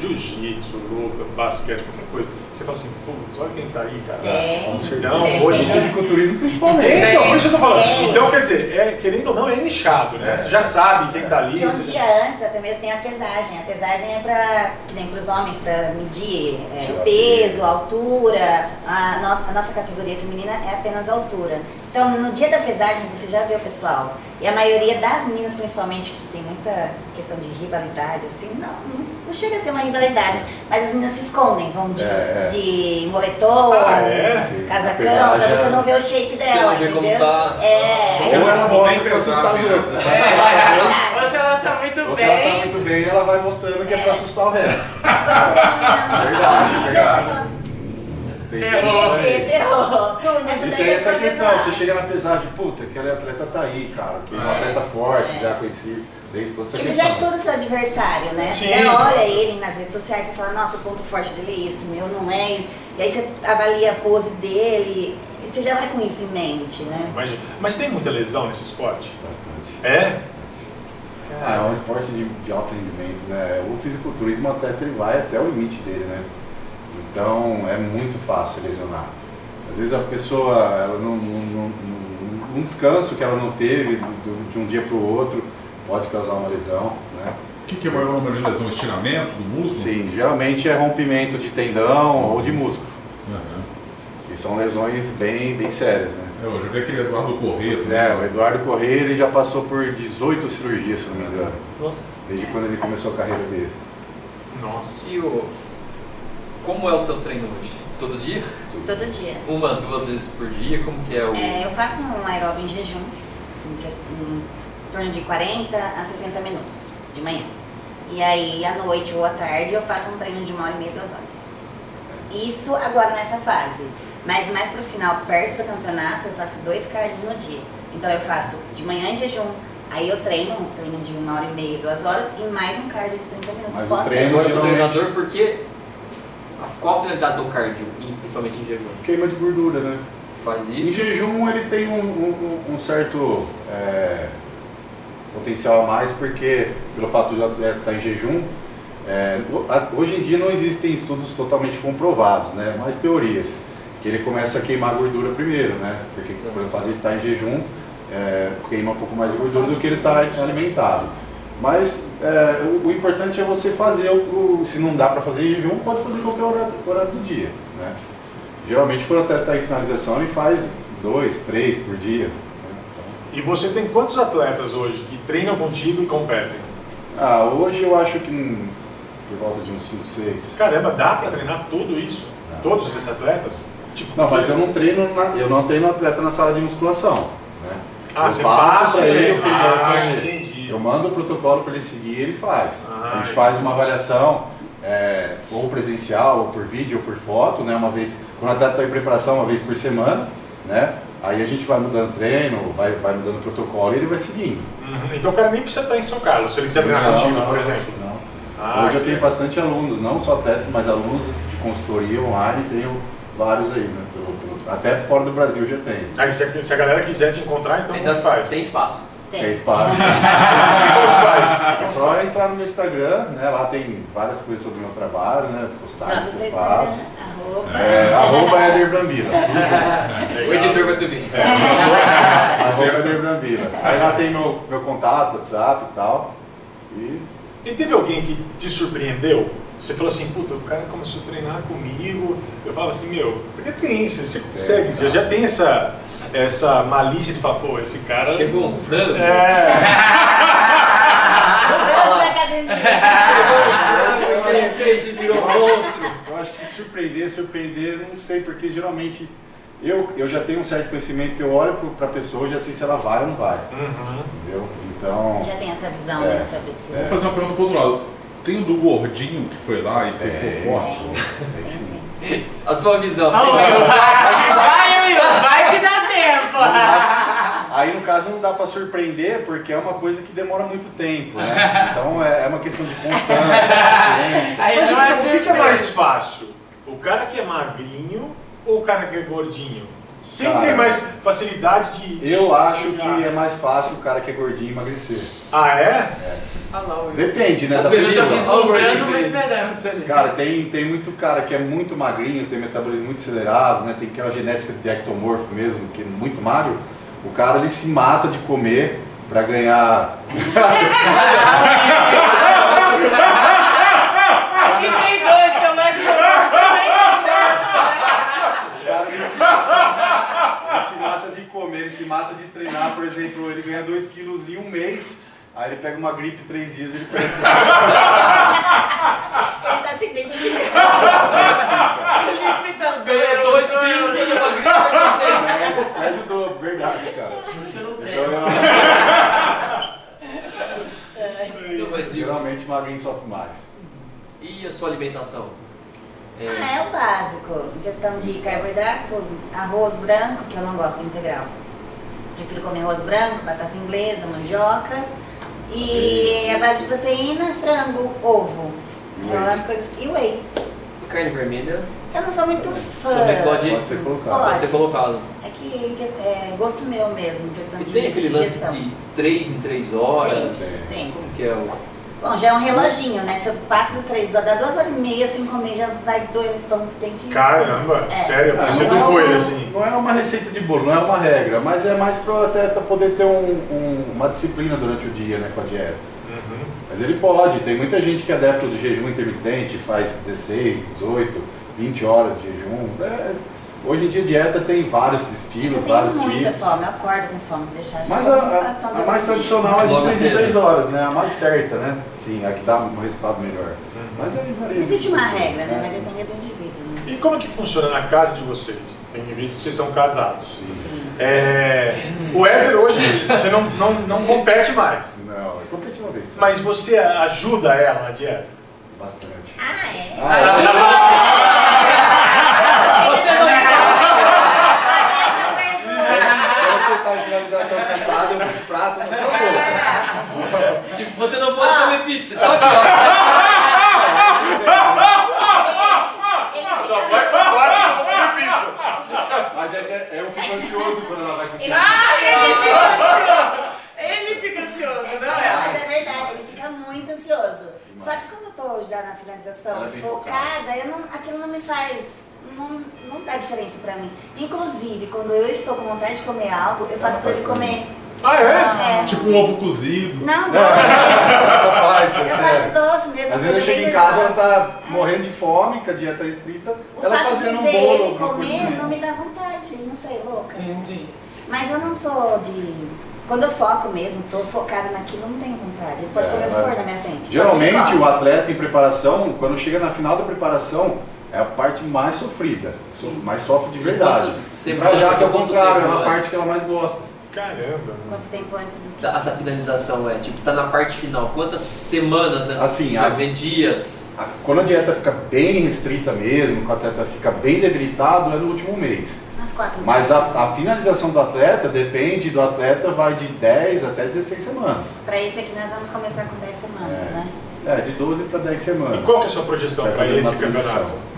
E: jiu-jitsu, luta, basquete, qualquer coisa, você fala assim, putz, olha quem tá aí, cara.
F: Tem.
E: Então,
F: Tem.
E: hoje
D: E
E: já
D: fisiculturismo principalmente.
E: É, então,
B: Tem.
E: por isso que eu tô falando.
F: Tem.
E: Então, quer dizer, é, querendo ou não, é nichado, né? Você já sabe quem tá ali.
F: Que um
E: você-
F: dia antes, até mesmo tem a pesagem. A pesagem é para, que nem para os homens, para medir é,
D: Tirar
F: o peso, a altura. A nossa, a nossa categoria feminina é apenas a altura. Então, no dia da pesagem, você já vê o pessoal. E a maioria das meninas, principalmente, que tem muita questão de rivalidade, assim, não, não, não chega a ser uma rivalidade, mas as meninas se escondem, vão de,
D: É, é.
F: de moletom,
E: Ah, é?
D: Sim.
F: casacão, pra
D: Pesagem.
F: você não ver o shape dela,
C: não vê como
F: entendeu?
C: tá.
F: É, aí
D: Ou ela
G: Não
D: mostra
G: tem
D: pra se
G: pesado,
D: assustar os
G: né?
D: outros.
B: é,
F: verdade.
B: ou se ela tá muito
D: Ou se ela tá
B: bem,
D: muito bem, ela vai mostrando que é pra assustar o resto.
F: Verdade, verdade.
B: ferrou.
F: Ferrou. Mas
D: E
F: daí
D: tem essa
F: depois
D: questão,
F: dessa-
D: você chega na pesagem, puta, aquele atleta tá aí, cara, que é um
E: É.
D: atleta forte,
F: É.
D: já conhecido, desde toda essa
F: Porque você já
D: questão.
F: estuda seu adversário, né? Você
E: Sim.
F: já olha ele nas redes sociais e fala, nossa, o ponto forte dele é isso, o meu não é. E aí você avalia a pose dele, e você já vai com isso em mente, né?
E: Imagina. Mas tem muita lesão nesse esporte?
D: Bastante.
E: É?
D: Ah, é um esporte de, de alto rendimento, né? O fisiculturismo atleta ele vai até o limite dele, né? Então é muito fácil lesionar. Às vezes a pessoa, ela não, não- não- não- um descanso que ela não teve do- do- de um dia para o outro pode causar uma lesão, né?
G: O que, que é o maior número de lesão? Estiramento do músculo?
D: Sim, geralmente é rompimento de tendão ou de músculo.
G: Aham.
D: E são lesões bem, bem sérias, né?
G: É, eu já vi aquele Eduardo Corrêa também.
D: É, o Eduardo Correia ele já passou por 18 cirurgias, se não me engano,
C: Nossa.
D: desde quando ele começou a carreira dele.
E: Nossa.
C: E o... Como é o seu treino hoje? Todo dia?
F: Todo dia.
C: Uma, duas vezes por dia? Como que é o...
F: É, eu faço um aeróbio em jejum, em, ques- em torno de 40 a 60 minutos de manhã. E aí, à noite ou à tarde, eu faço um treino de uma hora e meia, duas horas. Isso agora nessa fase. Mas mais pro final, perto do campeonato, eu faço dois cards no dia. Então eu faço de manhã em jejum, aí eu treino um treino de uma hora e meia, duas horas, e mais um card de 30 minutos.
D: Mas o
F: pós-
E: É,
D: treino-
C: Agora, o
D: geralmente-
C: tipo treinador, porque... a- Qual a finalidade do cardio, em- principalmente em jejum?
D: Queima de gordura, né?
C: Faz
D: Em
C: isso?
D: jejum ele tem um, um- um certo é, potencial a mais, porque pelo fato do atleta estar em jejum, é, o- a- hoje em dia não existem estudos totalmente comprovados, né? mas teorias, que ele começa a queimar gordura primeiro, né? porque pelo fato de ele estar em jejum, é, queima um pouco mais de gordura do que ele está alimentado. Mas é, o, o importante é você fazer, o, o- se não dá para fazer em jejum, pode fazer em qualquer horário, horário do dia. Né? Geralmente quando o atleta está em finalização ele faz dois, três por dia.
E: E você tem quantos atletas hoje que treinam contigo e competem?
D: Ah, hoje eu acho que hum, por volta de uns 5, 6.
E: Caramba, dá pra treinar tudo isso? Todos esses atletas? Tipo,
D: Não, mas eu não treino na- eu não treino atleta na sala de musculação. Né?
E: Ah,
D: eu
E: você
D: passo
E: passa
D: pra
E: o
D: ele
E: treino.
D: o que ele vai
E: Ah,
D: fazer.
E: entendi.
D: Eu mando o protocolo para ele seguir e ele faz.
E: Ah,
D: a gente
E: entendi.
D: faz uma avaliação, é, ou presencial, ou por vídeo, ou por foto, né? Uma vez, quando o atleta está em preparação, uma vez por semana, né? Aí a gente vai mudando o treino, vai, vai mudando o protocolo e ele vai seguindo.
E: Uhum. Então o cara nem precisa estar em São Carlos, se ele quiser treinar
D: Não,
E: contigo,
D: não,
E: por exemplo.
D: não.
E: Ah,
D: Hoje eu tenho
E: que-
D: bastante alunos, não só atletas, mas alunos de consultoria online, tenho vários aí, né, pelo, pelo Até fora do Brasil já tem.
E: Aí, se, a, se a galera quiser te encontrar, então
C: Ainda
E: como faz?
C: tem espaço.
D: Tem
F: Tem. [laughs]
D: espaço.
E: Como faz?
D: É só entrar no meu Instagram, né? Lá tem várias coisas sobre o meu trabalho, né?
F: Já
D: Postagens
F: do
D: que
F: seu
D: eu
F: Instagram,
D: faço.
F: arroba.
D: É, arroba Eder
F: [laughs]
D: Brambila. tudo junto.
C: O editor vai subir.
D: Arroba Eder Brambila. Aí lá tem meu, meu contato, WhatsApp e tal. E
E: E teve alguém que te surpreendeu? Você falou assim, puta, o cara começou a treinar comigo. Eu falo assim, meu, porque tem isso,
D: É,
E: você consegue,
D: tá.
E: já, já tem essa, essa malícia de falar, pô, esse cara.
C: Chegou um frango.
E: É,
F: Frango
D: É.
F: da academia. [laughs]
C: De repente
E: [laughs]
C: virou monstro.
D: Eu acho que surpreender, surpreender, não sei, porque geralmente eu, eu já tenho um certo conhecimento que eu olho pro- pra pessoa e já sei se ela vai ou não vai,
C: Uhum.
D: entendeu? Então,
F: Já tem essa visão
D: É.
F: né, dessa pessoa.
D: É.
G: Vou fazer uma pergunta pro outro lado. Tem o do gordinho que foi lá e
D: Tem.
G: ficou
D: é
G: forte?
F: Tem sim.
C: A sua visão.
B: Vai, Will, vai, Will, vai que dá tempo.
D: aí no caso não dá pra surpreender porque é uma coisa que demora muito tempo, né? Então é, é uma questão de constância, paciência.
B: Aí
E: mas
B: não é
E: o que, que é
B: surpresa.
E: mais fácil? O cara que é magrinho ou o cara que é gordinho? Quem
D: Cara,
E: tem mais facilidade de.
D: Eu acho
E: chegar?
D: que é mais fácil o cara que é gordinho emagrecer.
E: Ah, é?
B: Ah lá, Will.
D: Depende, né? Da
C: Eu
B: Eu tô
C: já
D: pessoa.
C: fiz
B: vislumbrando uma esperança ali.
D: Cara, tem, tem muito cara que é muito magrinho, tem metabolismo muito acelerado, né? Tem aquela genética de ectomorfo mesmo, que é muito magro. O cara ele se mata de comer pra ganhar.
B: Aqui tem dois também que eu não
D: O cara ele se, ele se mata de comer, ele se mata de treinar, por exemplo, ele ganha 2 quilos em um mês, aí ele pega uma gripe três dias ele perde esses quilos.
F: Ele tá se identificando.
B: Felipe tá
C: Ganhou dois quilos de uma gripe
D: né? Perde o dobro, verdade, cara. Então,
C: no
D: eu-
C: Brasil.
D: geralmente magrinho sofre mais.
C: E a sua alimentação? É,
F: Ah, é o básico. Em questão de carboidrato, arroz branco, que eu não gosto integral. Prefiro comer arroz branco, batata inglesa, mandioca. E a base de proteína, frango, ovo.
D: E
F: Então,
D: whey.
F: as coisas que. E whey.
C: carne vermelha
F: Eu não sou muito fã.
C: Também pode-
D: Pode ser colocado.
F: Pode.
C: pode ser colocado.
F: É que que- é gosto meu mesmo, em questão
C: E
F: de
C: tem aquele lance
F: Então, digestão.
C: de 3 em 3 horas,
F: Tem, tem.
C: que é o.
F: Bom, já é um reloginho, né? Se eu passo das três horas, dá duas horas e meia sem comer, já vai doer no estômago, tem que...
E: Caramba,
F: É.
E: sério,
D: Ah,
E: você
D: não
E: educou
D: é
E: ele
D: uma-
E: assim.
D: Não é uma receita de bolo, não é uma regra, mas é mais para o atleta poder ter um- um- uma disciplina durante o dia né, com a dieta. Mas ele pode, tem muita gente que é adepto do jejum intermitente, faz 16, 18, 20 horas de jejum. É, hoje em dia a dieta tem vários
F: Eu
D: estilos,
F: tenho
D: vários
F: É muita Tá
D: tipos.
F: fome, eu acordo com fome, se deixar...
D: Mas
F: já
D: a,
F: vou
D: a-
F: pra todo
D: a mais
F: lado.
D: tradicional é de
C: Logo
D: 3 em
C: cedo.
D: 3 horas, né? A mais certa, né? Sim, a que dá um resultado melhor. Mas aí varia.
F: Não existe uma regra, né?
D: É.
F: Vai depender do indivíduo, né?
E: E como é que funciona na casa de vocês? Tem visto que vocês são casados.
F: Sim.
E: É, o Éder hoje você não, não, não compete mais.
D: Não, é competitiva vez.
E: Mas você ajuda ela, Diego?
D: Bastante.
F: Ah, é? Ah,
D: Se você tá de finalização cansada, eu vou prato na sua boca.
C: Tipo, você não pode comer pizza, só que ó.
F: Ah, Ele
E: Só
F: fica...
E: vai pra fora e pizza.
D: Mas é que é- eu fico ansioso quando ela vai com
F: Ele-
B: Ah, ele fica ansioso. Ele fica ansioso, não é?
F: Mas é verdade, ele fica muito ansioso. Só que como eu tô já na finalização
D: Ela é bem
F: focada, eu não, aquilo não me faz. Não, não dá diferença pra mim. Inclusive, quando eu estou com vontade de comer algo, eu faço pra ele comer.
E: Ah, é?
F: É.
G: Tipo um ovo cozido.
F: Não, doce.
D: Ela faz,
F: Eu
D: você. é.
F: faço doce mesmo.
D: Às vezes eu
F: coisa
D: chego
F: bem
D: em casa, ela
F: gostosa.
D: tá morrendo de fome, é com a dieta restrita,
F: O
D: ela
F: fato de
D: fazendo um
F: ver
D: bolo,
F: ele
D: alguma coisa. assim.
F: comer não me dá vontade, não sei, louca.
B: Entendi.
F: Mas eu não sou de. Quando eu foco mesmo, tô focada naquilo, eu não tenho vontade. Ele pode
D: É,
F: comer o que
D: mas-
F: for na minha frente. só que ele
D: Geralmente
F: come.
D: o atleta em preparação, quando chega na final da preparação, é a parte mais sofrida, so- mais sofre de
C: E
D: verdade.
C: quantas
D: Pra
C: semanas,
D: Jaque é o
C: quanto
D: contrário,
C: tempo
D: é a parte
C: antes?
D: que ela mais gosta.
E: Caramba.
F: Quanto tempo antes do que?
C: Essa finalização é, tipo, tá na parte final. Quantas semanas antes?
D: Assim,
C: Quer
D: as-
C: dizer, dias.
D: A- Quando a dieta fica bem restrita mesmo, quando o atleta fica bem debilitado, é no último mês.
F: Umas quatro
D: Mas
F: dias.
D: a, a finalização do atleta depende do atleta, vai de 10 até 16 semanas.
F: Pra esse aqui nós vamos começar com 10 semanas,
D: É.
F: né?
D: É, de 12 para 10 semanas.
E: E qual que é a sua projeção
D: Vai
E: para
D: fazer
E: esse
D: uma transição.
E: campeonato?
D: Vai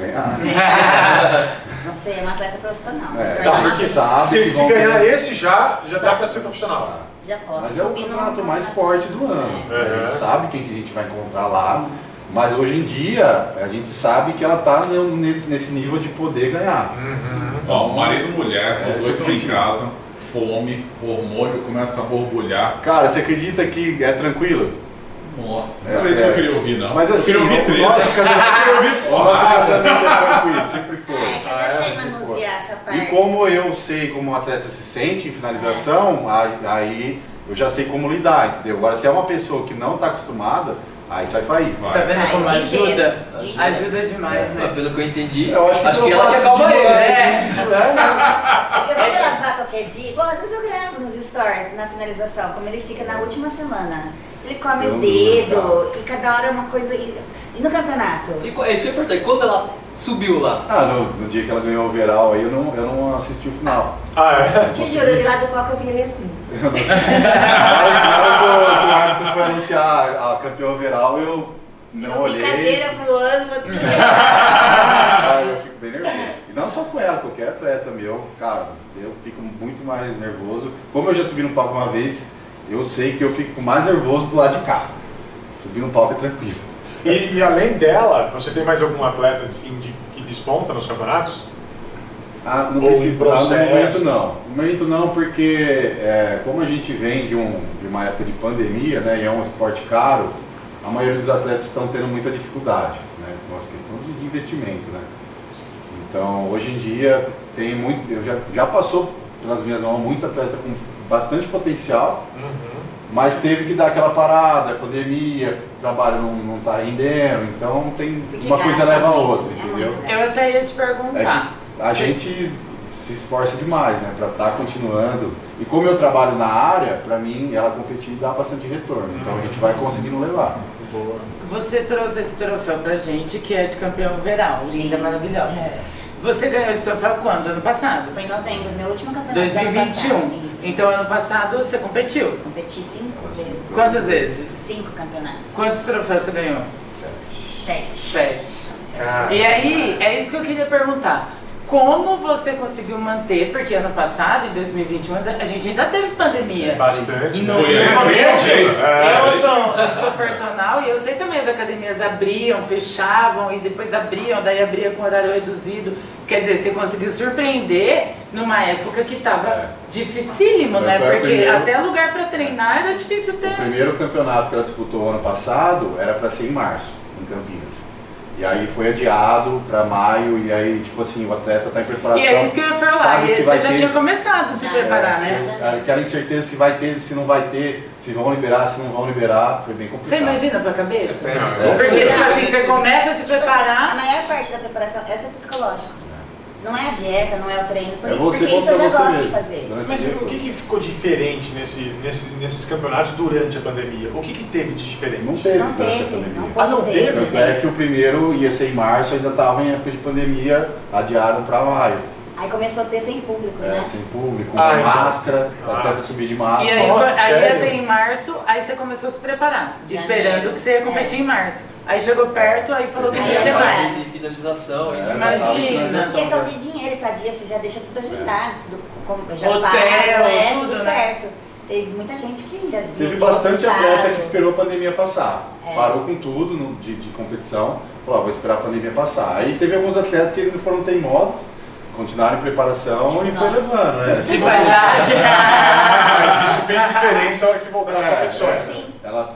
D: Ganhar.
F: Você é uma atleta profissional.
D: É,
F: Então,
E: Tá,
F: eu
E: porque
D: sabe
E: se,
D: que
E: se
D: vão
E: ganhar
D: ter-
E: esse já, já dá
F: Sabe.
E: pra ser profissional.
F: Já posso.
D: Mas é o
F: subir no-
D: campeonato mais forte do ano.
E: É.
D: A gente sabe quem que a gente vai encontrar lá. Mas hoje em dia, a gente sabe que ela está nesse nível de poder ganhar.
G: Ó, marido e
D: É,
G: mulher, os
D: isso
G: dois estão em
D: aqui.
G: casa, fome, hormônio começa a borbulhar.
D: Cara, você acredita que é tranquilo?
G: Nossa,
D: É
G: não era isso que eu
D: sério.
G: queria ouvir, não.
D: Mas assim,
G: eu
D: o
G: queria ouvir treta. Ah,
D: nosso casamento,
G: tá. Eu queria [laughs] ouvir
D: o nosso
G: porrada.
D: casamento é tranquilo, sempre
F: É,
G: Ah,
D: foi.
F: que eu sei manusear essa parte.
D: E como eu sei como o atleta se sente em finalização, a- aí eu já sei como lidar, entendeu? Agora, se é uma pessoa que não está acostumada, aí sai faísca.
B: Tá vendo
F: Sai,
B: como
F: de
B: ajuda?
F: jeito, de
B: Ajuda demais,
F: É.
C: Mas
B: né?
C: pelo que eu entendi,
D: Eu acho que, pelo
C: ela que
D: fato
C: acalma
D: de é,
C: ele,
D: moleque,
C: né?
B: né?
D: de moleque,
F: Eu vou gravar qualquer dia, igual às vezes eu gravo nos stories, na finalização, como ele fica na última semana. Ele come
D: Hum. Eu
F: o
D: não
F: dedo
D: duvido,
F: e cada hora é uma coisa. E, e no campeonato?
C: E qual- isso é importante, quando ela subiu lá,
D: [laughs] Ah, no, no dia que ela ganhou o overall aí, eu não, eu não assisti o final. [laughs]
E: Ah, é?
F: Te juro, de lá do palco eu vi ele assim.
D: Na hora que o o árbitro foi anunciar a, a campeã overall, eu não
F: Eu vi
D: olhei.
F: cadeira voando, vou
D: Aí eu fico bem nervoso. E não só com ela, qualquer atleta meu, cara, eu fico muito mais nervoso. Como eu já subi no palco uma vez, eu sei que eu fico mais nervoso do lado de cá. Subir no palco é tranquilo.
E: [laughs] E, e além dela, você tem mais algum atleta assim, de- que desponta nos campeonatos?
D: Ah, no
E: Ou em
D: princípio, ah, no
E: processo.
D: momento não. No momento não, porque é, como a gente vem de, um, de uma época de pandemia, né, e é um esporte caro, a maioria dos atletas estão tendo muita dificuldade, né, com as questões de, de investimento, né. Então, hoje em dia tem muito, eu já, já passou pelas minhas mãos muito atleta com bastante potencial,
F: Uhum.
D: mas teve que dar aquela parada, pandemia, o trabalho não está rendendo, então tem
F: Porque
D: uma coisa
F: gasta
D: leva a
F: muito,
D: outra,
F: é
D: entendeu?
F: muito.
B: Eu até ia te
D: É
B: perguntar.
D: que a gente se esforça demais, né, para estar continuando. E como eu trabalho na área, para mim ela competir dá bastante retorno. Então a gente vai conseguindo levar.
E: Boa.
B: Você trouxe esse troféu pra gente, que é de campeão verão. Linda, maravilhosa.
D: [laughs]
B: Você ganhou esse troféu quando? Ano passado?
F: Foi em novembro, meu último campeonato. do ano passado,
B: 2021.
F: isso.
D: um.
B: Então, ano passado você competiu.
F: Competi cinco vezes.
B: Quantas vezes?
F: Cinco campeonatos.
B: Quantos troféus você ganhou?
F: Sete. Tipo assim,
B: Sete.
E: Cara,
B: E aí, é isso que eu queria perguntar. Como você conseguiu manter? Porque ano passado, em 2021, ainda- a gente ainda teve pandemia.
E: bastante. né? É.
B: Não,
G: Foi
B: não.
G: recente.
D: É,
B: Eu sou, eu sou personal e eu sei também as academias abriam, fechavam e depois abriam, daí abria com horário reduzido. Quer dizer, você conseguiu surpreender numa época que tava
D: É.
B: dificílimo, né?
D: Tanto é o
B: Porque
D: primeiro-
B: até lugar pra treinar era difícil
D: O
B: ter.
D: primeiro campeonato que ela disputou ano passado era para ser em março, em Campinas. E aí foi adiado para maio e aí tipo assim o atleta tá em preparação.
B: E é isso que eu ia falar.
D: sabe
B: E
D: se
B: você
D: vai
B: já
D: ter
B: tinha
D: esse-
B: começado a se
F: Ah,
B: preparar,
D: é,
B: né?
D: se- Aquela incerteza se vai ter, se não vai ter, se vão liberar, se não vão liberar, foi bem
B: Você
D: complicado.
B: imagina pra cabeça?
E: Não,
D: é.
B: Porque, tipo assim, você começa a se
F: Tipo assim, a
B: preparar.
F: maior parte da preparação é ser psicológico. Não é a dieta, não é o treino, porque,
D: É você
F: porque isso
D: contra
F: eu já
D: você
F: gosto de
D: mesmo.
F: fazer.
D: Durante
E: Mas
D: o dia
E: o que,
D: todo.
E: que ficou diferente nesse, nesse- nesses campeonatos durante a pandemia? O que, que teve de diferente?
D: Não teve
F: Não
D: tanta
F: teve,
D: pandemia.
F: não
E: Ah, não
F: pode ter.
E: teve?
D: Tanto é que o primeiro ia ser em março, ainda estava em época de pandemia, adiaram para maio.
F: Aí começou a ter sem público,
D: É,
F: né?
D: sem público, com
E: Ah, então.
D: máscara,
E: Ah.
D: atleta subir de máscara. É,
B: E aí,
E: Nossa,
B: aí
E: sério?
B: até em março, aí você começou a se preparar,
F: Janeiro.
B: esperando que você ia competir em março. Aí chegou perto, aí falou que não
F: Aí
B: ia ter
F: adiou.
B: mais.
C: de finalização, isso
B: Imagina.
C: fala de
F: Questão
C: finalização.
F: de dinheiro, estadia, você já deixa tudo agendado, tudo como, já
B: Hotel,
F: pago, é,
B: tudo, né?
F: tudo, certo. Teve muita gente que ainda vinha
D: Teve
F: de
D: bastante
F: outro estado.
D: atleta que esperou a pandemia passar.
F: É.
D: Parou com tudo no- de, de competição, falou, "Ah, vou esperar a pandemia passar. Aí teve alguns atletas que ainda foram teimosos, continuaram em preparação
E: Tipo,
D: e foi
F: nossa.
D: levando. né?
B: Tipo a Jaque.
F: [laughs]
E: Mas isso fez diferença a hora que voltaram as
D: É,
E: competições.
F: Sim.
D: Ela,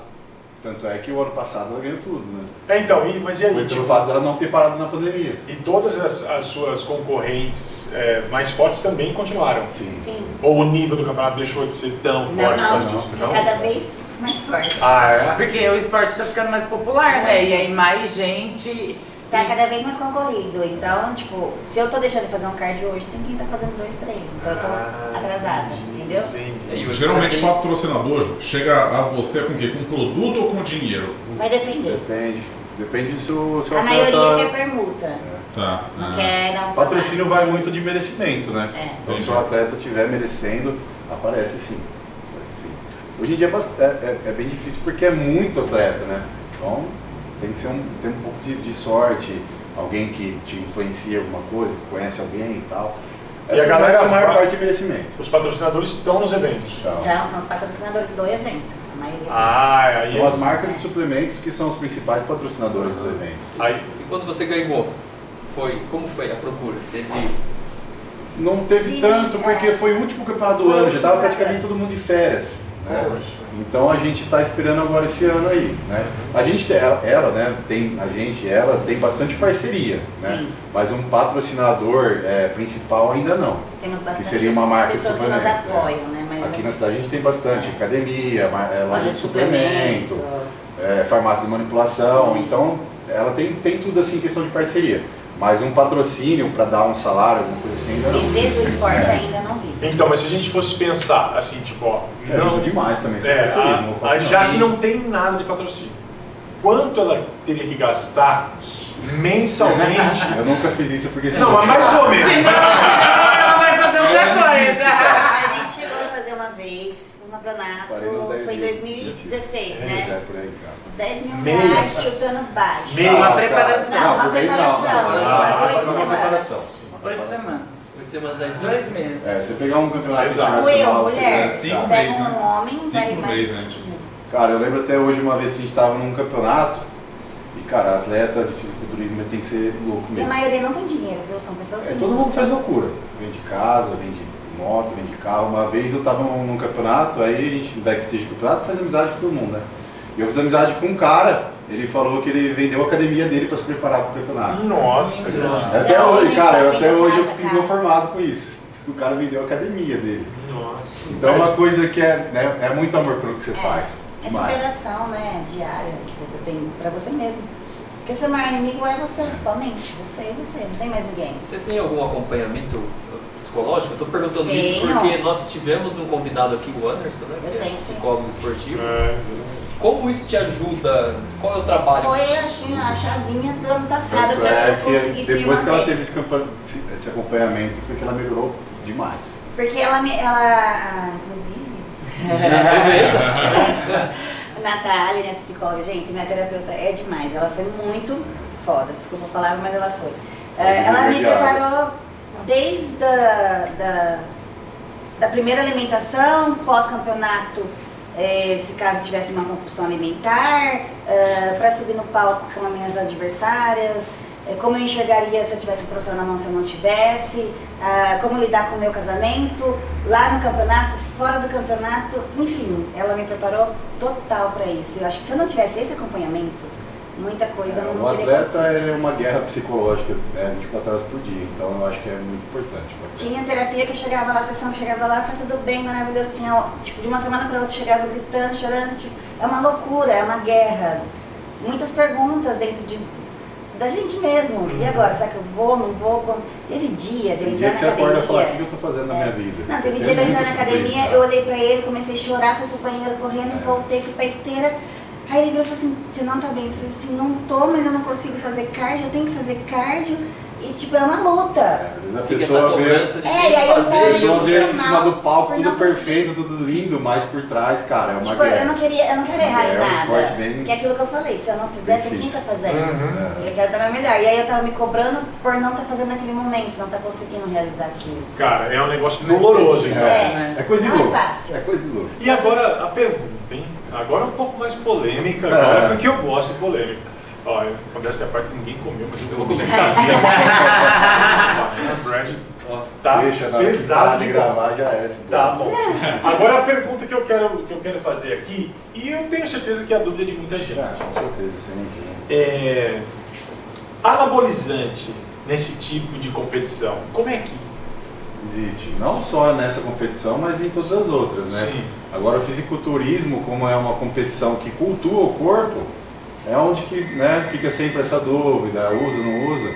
D: tanto é que o ano passado ela ganhou tudo, né?
E: É, então, e- mas e
D: Foi
E: aí?
D: pelo
E: Tipo,
D: fato dela não ter parado na pandemia.
E: e todas as, as suas concorrentes é, mais fortes também continuaram?
D: Sim.
F: Sim.
E: Ou o nível do campeonato deixou de ser tão
F: Não,
E: forte né? por causa disso?
F: não. É cada vez mais forte.
E: Ah,
B: [laughs]
E: é?
B: Porque o esporte tá ficando mais popular, né? E aí mais gente.
F: Tá cada vez mais concorrido. Então, tipo, se eu tô deixando de fazer um cardio hoje, tem quem tá fazendo dois, três. Então eu tô
E: Ah,
F: atrasada,
E: entendi,
F: entendeu?
E: Entendi.
D: É.
C: Aí hoje você
G: Geralmente
C: tem-
G: patrocinador chega a você com o quê? Com produto ou com dinheiro?
F: Vai depender.
D: Depende. Depende se o seu
F: A maioria quer permuta,
G: Tá.
F: não
G: ah.
F: quer dar um
D: Patrocínio vai
F: salário.
D: muito de merecimento, né?
F: É.
D: Então se o atleta estiver merecendo, aparece sim. Aparece sim. Hoje em dia é, bast- é- é- é bem difícil porque é muito atleta, né? Então tem que ser um, tem um pouco de, de sorte, alguém que te influencia em alguma coisa, que conhece alguém e tal.
E: E a galera
D: a maior
E: vai-
D: parte é merecimento.
E: Os patrocinadores estão nos eventos.
D: Então,
F: Então, são os patrocinadores do evento, a maioria.
E: Ah, aí,
D: são as marcas de suplementos que são os principais patrocinadores dos eventos.
E: aí
C: E quando você ganhou, foi, como foi a procura? Teve
D: Não teve
F: De
D: tanto,
F: início,
D: porque
F: é.
D: foi o último campeonato do
F: Foi o
D: ano, já
F: último
D: estava
F: campeonato. É,
D: praticamente todo mundo de férias. né? Então a gente está esperando agora esse ano aí. Né? A gente, tem- ela, ela, né, tem, a gente, ela tem bastante parceria, né?
F: Sim.
D: mas um patrocinador é, principal ainda não.
F: Temos bastante
D: seria uma marca de
F: pessoas que nos
D: suplemento, né?
F: apoiam, né? Mas É.
D: Aqui na cidade a gente tem bastante academia, ma- é, loja de suplemento,
F: suplemento.
D: é, farmácia de manipulação,
F: Sim.
D: então ela tem, tem tudo assim em questão de parceria. Mas um patrocínio para dar um salário, alguma coisa assim, ainda não.
F: Viver do esporte
D: É.
F: ainda não vi.
E: Então, mas se a gente fosse pensar assim, tipo, ó,
D: Que
E: não,
D: ajuda É demais também, essa
E: É,
D: parceria,
E: a-
D: não vou
E: a,
D: falar não.
E: já que não tem nada de patrocínio, quanto ela teria que gastar mensalmente?
D: Eu nunca fiz isso porque
E: não, mas mais ou menos.
B: Ela vai fazer outra coisa.
F: A gente chegou a fazer uma vez um campeonato,
D: Parei nos 10
F: foi em
D: dias.
F: 2016,
D: É,
F: né?
D: por aí, cara.
F: Uns 10 mil
E: Meias.
F: reais chutando baixo.
E: Meias.
B: [laughs] Uma
D: Nossa.
B: preparação.
D: Não,
F: Uma
D: por mês
F: preparação,
D: não.
E: umas
D: Não,
F: oito
D: uma
F: semanas.
D: preparação.
B: Oito semanas.
C: oito semanas, dez meses?
B: Dois meses.
D: É, você pegar um campeonato
E: Exato.
F: Tipo eu,
D: internacional, você
F: mulher,
D: ganha
G: cinco
D: tá?
F: pega
G: meses,
F: um
G: né?
F: homem,
G: Cinco
F: vai mais.
G: meses, né? Tipo,
D: Cara, eu lembro até hoje uma vez que a gente tava num campeonato e, cara, atleta de fisiculturismo tem que ser louco
F: E a
D: mesmo.
F: maioria não tem dinheiro, viu? São pessoas
D: É,
F: simples.
D: todo mundo faz loucura. Vem de casa, vem de moto, vem de carro. Uma vez eu tava num, num campeonato, aí a gente, no backstage do campeonato, faz amizade com todo mundo, né? E eu fiz amizade com um cara, ele falou que ele vendeu a academia dele pra se preparar pro campeonato.
E: Nossa,
C: Nossa.
D: Até
F: Já
D: hoje,
F: hoje
D: cara,
F: tá
D: eu
F: bem
D: até
F: em
D: hoje eu
F: casa,
D: fico
F: cara.
D: inconformado com isso. O cara vendeu a academia dele.
E: nossa.
D: Então é uma coisa que é, né, é muito amor pelo que você
F: É.
D: faz.
F: É
D: Demais.
F: superação, né? Diária que você tem pra você mesmo. Porque o seu maior inimigo é você, somente. Você e você, não tem mais ninguém.
C: Você tem algum acompanhamento uh, psicológico? Eu tô perguntando isso
F: Tenho.
C: porque nós tivemos um convidado aqui, o Anderson, né?
F: Eu
C: Que é
F: tenho.
C: psicólogo esportivo.
E: É,
C: Como isso te ajuda? Qual é o trabalho?
F: Foi, acho que, a chavinha do ano passado
D: Tanto
F: pra
D: é
F: eu
D: que
F: conseguir se
D: depois que ela
F: manter.
D: teve esse, campa- esse acompanhamento, foi que ela melhorou demais.
F: Porque ela, me, ela ah,
D: [laughs]
F: inclusive, [laughs]
C: Aproveita.
F: a Natália, minha psicóloga, gente, minha terapeuta é demais. Ela foi muito foda, desculpa a palavra, mas ela foi. Eh,
D: de
F: ela me
D: verdade.
F: preparou desde a, da, da primeira alimentação, pós-campeonato, eh, se caso tivesse uma compulsão alimentar, para subir no palco com as minhas adversárias, eh, como eu enxergaria se eu tivesse um troféu na mão se eu não tivesse, ah, como lidar com o meu casamento, lá no campeonato, fora do campeonato, enfim, ela me preparou total para isso. Eu acho que se eu não tivesse esse acompanhamento, muita coisa eu
D: O
F: não teria
D: É, atleta
F: acontecido.
D: ele é uma guerra psicológica né, 24 horas por dia, então eu acho que é muito importante. pro atleta.
F: Tinha terapia que eu chegava lá, a sessão que eu chegava lá, tá tudo bem, maravilhoso. Tinha, tipo, de uma semana pra outra eu chegava gritando, chorando. Tipo, é uma loucura, é uma guerra. Muitas perguntas dentro de, da gente mesmo. E agora, será que eu vou, não vou? Cons- Teve dia de eu
D: Uhum.
F: entrar
D: Tem dia
F: na
D: que você
F: academia.
D: acorda
F: É.
D: e fala: o que eu tô fazendo na minha vida? é
F: Não, teve
D: Tem
F: dia de eu entrar
D: muitos
F: na academia,
D: conflitos.
F: eu olhei pra ele, comecei a chorar, fui pro banheiro correndo,
D: É.
F: voltei, fui pra esteira. Aí ele virou e falou assim, você não tá bem? Eu falei assim, não tô, mas eu não consigo fazer cardio, eu tenho que fazer cardio. E tipo, é uma luta.
D: Às vezes a
C: Fica essa
D: pessoa vê.
C: cobrança de
F: É, e aí
C: quem
F: eu
D: A
F: falo,
C: fazer.
D: pessoa
F: gente,
D: vê
F: é
D: em cima do
F: mal,
D: palco,
F: por
D: tudo
F: não conseguir.
D: perfeito, tudo lindo, mas por trás, cara, é uma
F: Tipo, eu
D: guerra.
F: não queria, eu não quero errar
D: É,
F: em
D: é um
F: nada.
D: esporte bem-
F: Que é aquilo que eu falei, se eu não fizer, tem quem
D: Difícil.
F: tá fazendo.
D: É.
E: Uhum.
F: Eu quero dar meu melhor. E aí eu tava me cobrando por não estar tá fazendo naquele momento, não tá conseguindo realizar aquilo.
E: Cara, é um negócio doloroso, então. hein?
D: É.
F: É.
D: É coisa de
F: Não é
D: louco.
F: fácil.
D: É coisa de louco.
E: E agora a pergunta, hein? Agora é um pouco mais polêmica, agora,
D: É.
E: porque eu gosto de polêmica. Olha, modéstia à parte, ninguém comeu, mas eu,
C: Eu
E: vou
C: vou
E: comer. Tá,
C: comer.
E: A Brad
C: Ó,
E: tá
D: Deixa, na hora que parar
E: pesado
D: de gravar já é. esse
E: Tá
D: bolo.
E: bom. Agora a pergunta que eu quero, que eu quero fazer aqui, e eu tenho certeza que é a dúvida de muita gente.
D: Ah, com certeza, sem ninguém.
E: É, anabolizante nesse tipo de competição, como é que?
D: Existe. Não só nessa competição, mas em todas as outras, né?
E: Sim.
D: Agora o fisiculturismo, como é uma competição que cultua o corpo, é onde que né, fica sempre essa dúvida, usa, não usa.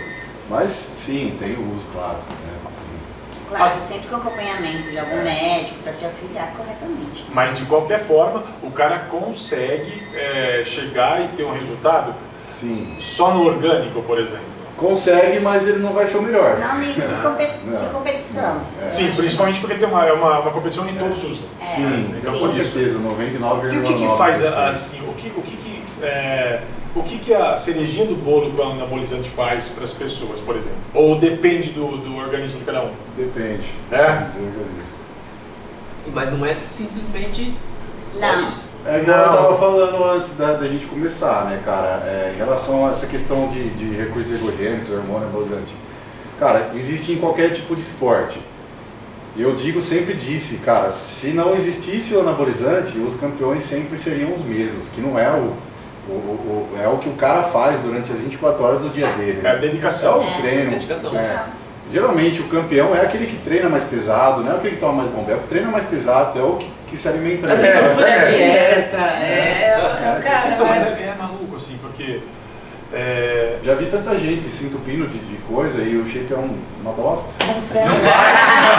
D: Mas sim, tem o uso, claro. né? Sim.
F: Claro,
D: Ah.
F: sempre com acompanhamento de algum médico pra te auxiliar corretamente.
E: Mas de qualquer forma, o cara consegue é, chegar e ter um resultado
D: Sim.
E: só no orgânico, por exemplo.
D: Consegue, mas ele não vai ser o melhor.
F: Não nível de, compe-
D: Não.
F: de competição.
D: É.
F: Eu
E: Sim,
F: acho que-
E: principalmente porque tem uma, é uma, uma competição que todos usam.
F: É.
D: Sim,
E: Então,
D: com
E: sim.
D: certeza, 99,9%.
E: E o que, que faz a- assim? O que, o que, que é, o que, que a cerejinha do bolo com o anabolizante faz para as pessoas, por exemplo? Ou depende do, do organismo de cada um?
D: Depende.
E: É?
C: Mas não é simplesmente só
F: Não.
C: isso.
D: É igual
E: Não.
D: eu tava falando antes da, da gente começar, né, cara? É, em relação a essa questão de, de recursos ergogênicos, hormônio anabolizante. Cara, existe em qualquer tipo de esporte. Eu digo, sempre disse, cara, se não existisse o anabolizante, os campeões sempre seriam os mesmos, que não é o, o, o- o- é o que o cara faz durante as 24 horas do dia dele.
E: É a
D: né? É
E: dedicação.
D: o treino.
C: Dedicação.
D: né? Geralmente o campeão é aquele que treina mais pesado, não é aquele que toma mais bomba, é o que treina mais pesado, é o que, que se alimenta
B: Até
D: melhor.
B: que eu fui na
E: é.
B: dieta, é, é o cara,
E: Então, mas
B: né?
E: é, é maluco assim, porque é,
D: Já vi tanta gente se entupindo de, de coisa e o shape é um- uma bosta.
F: Como frango.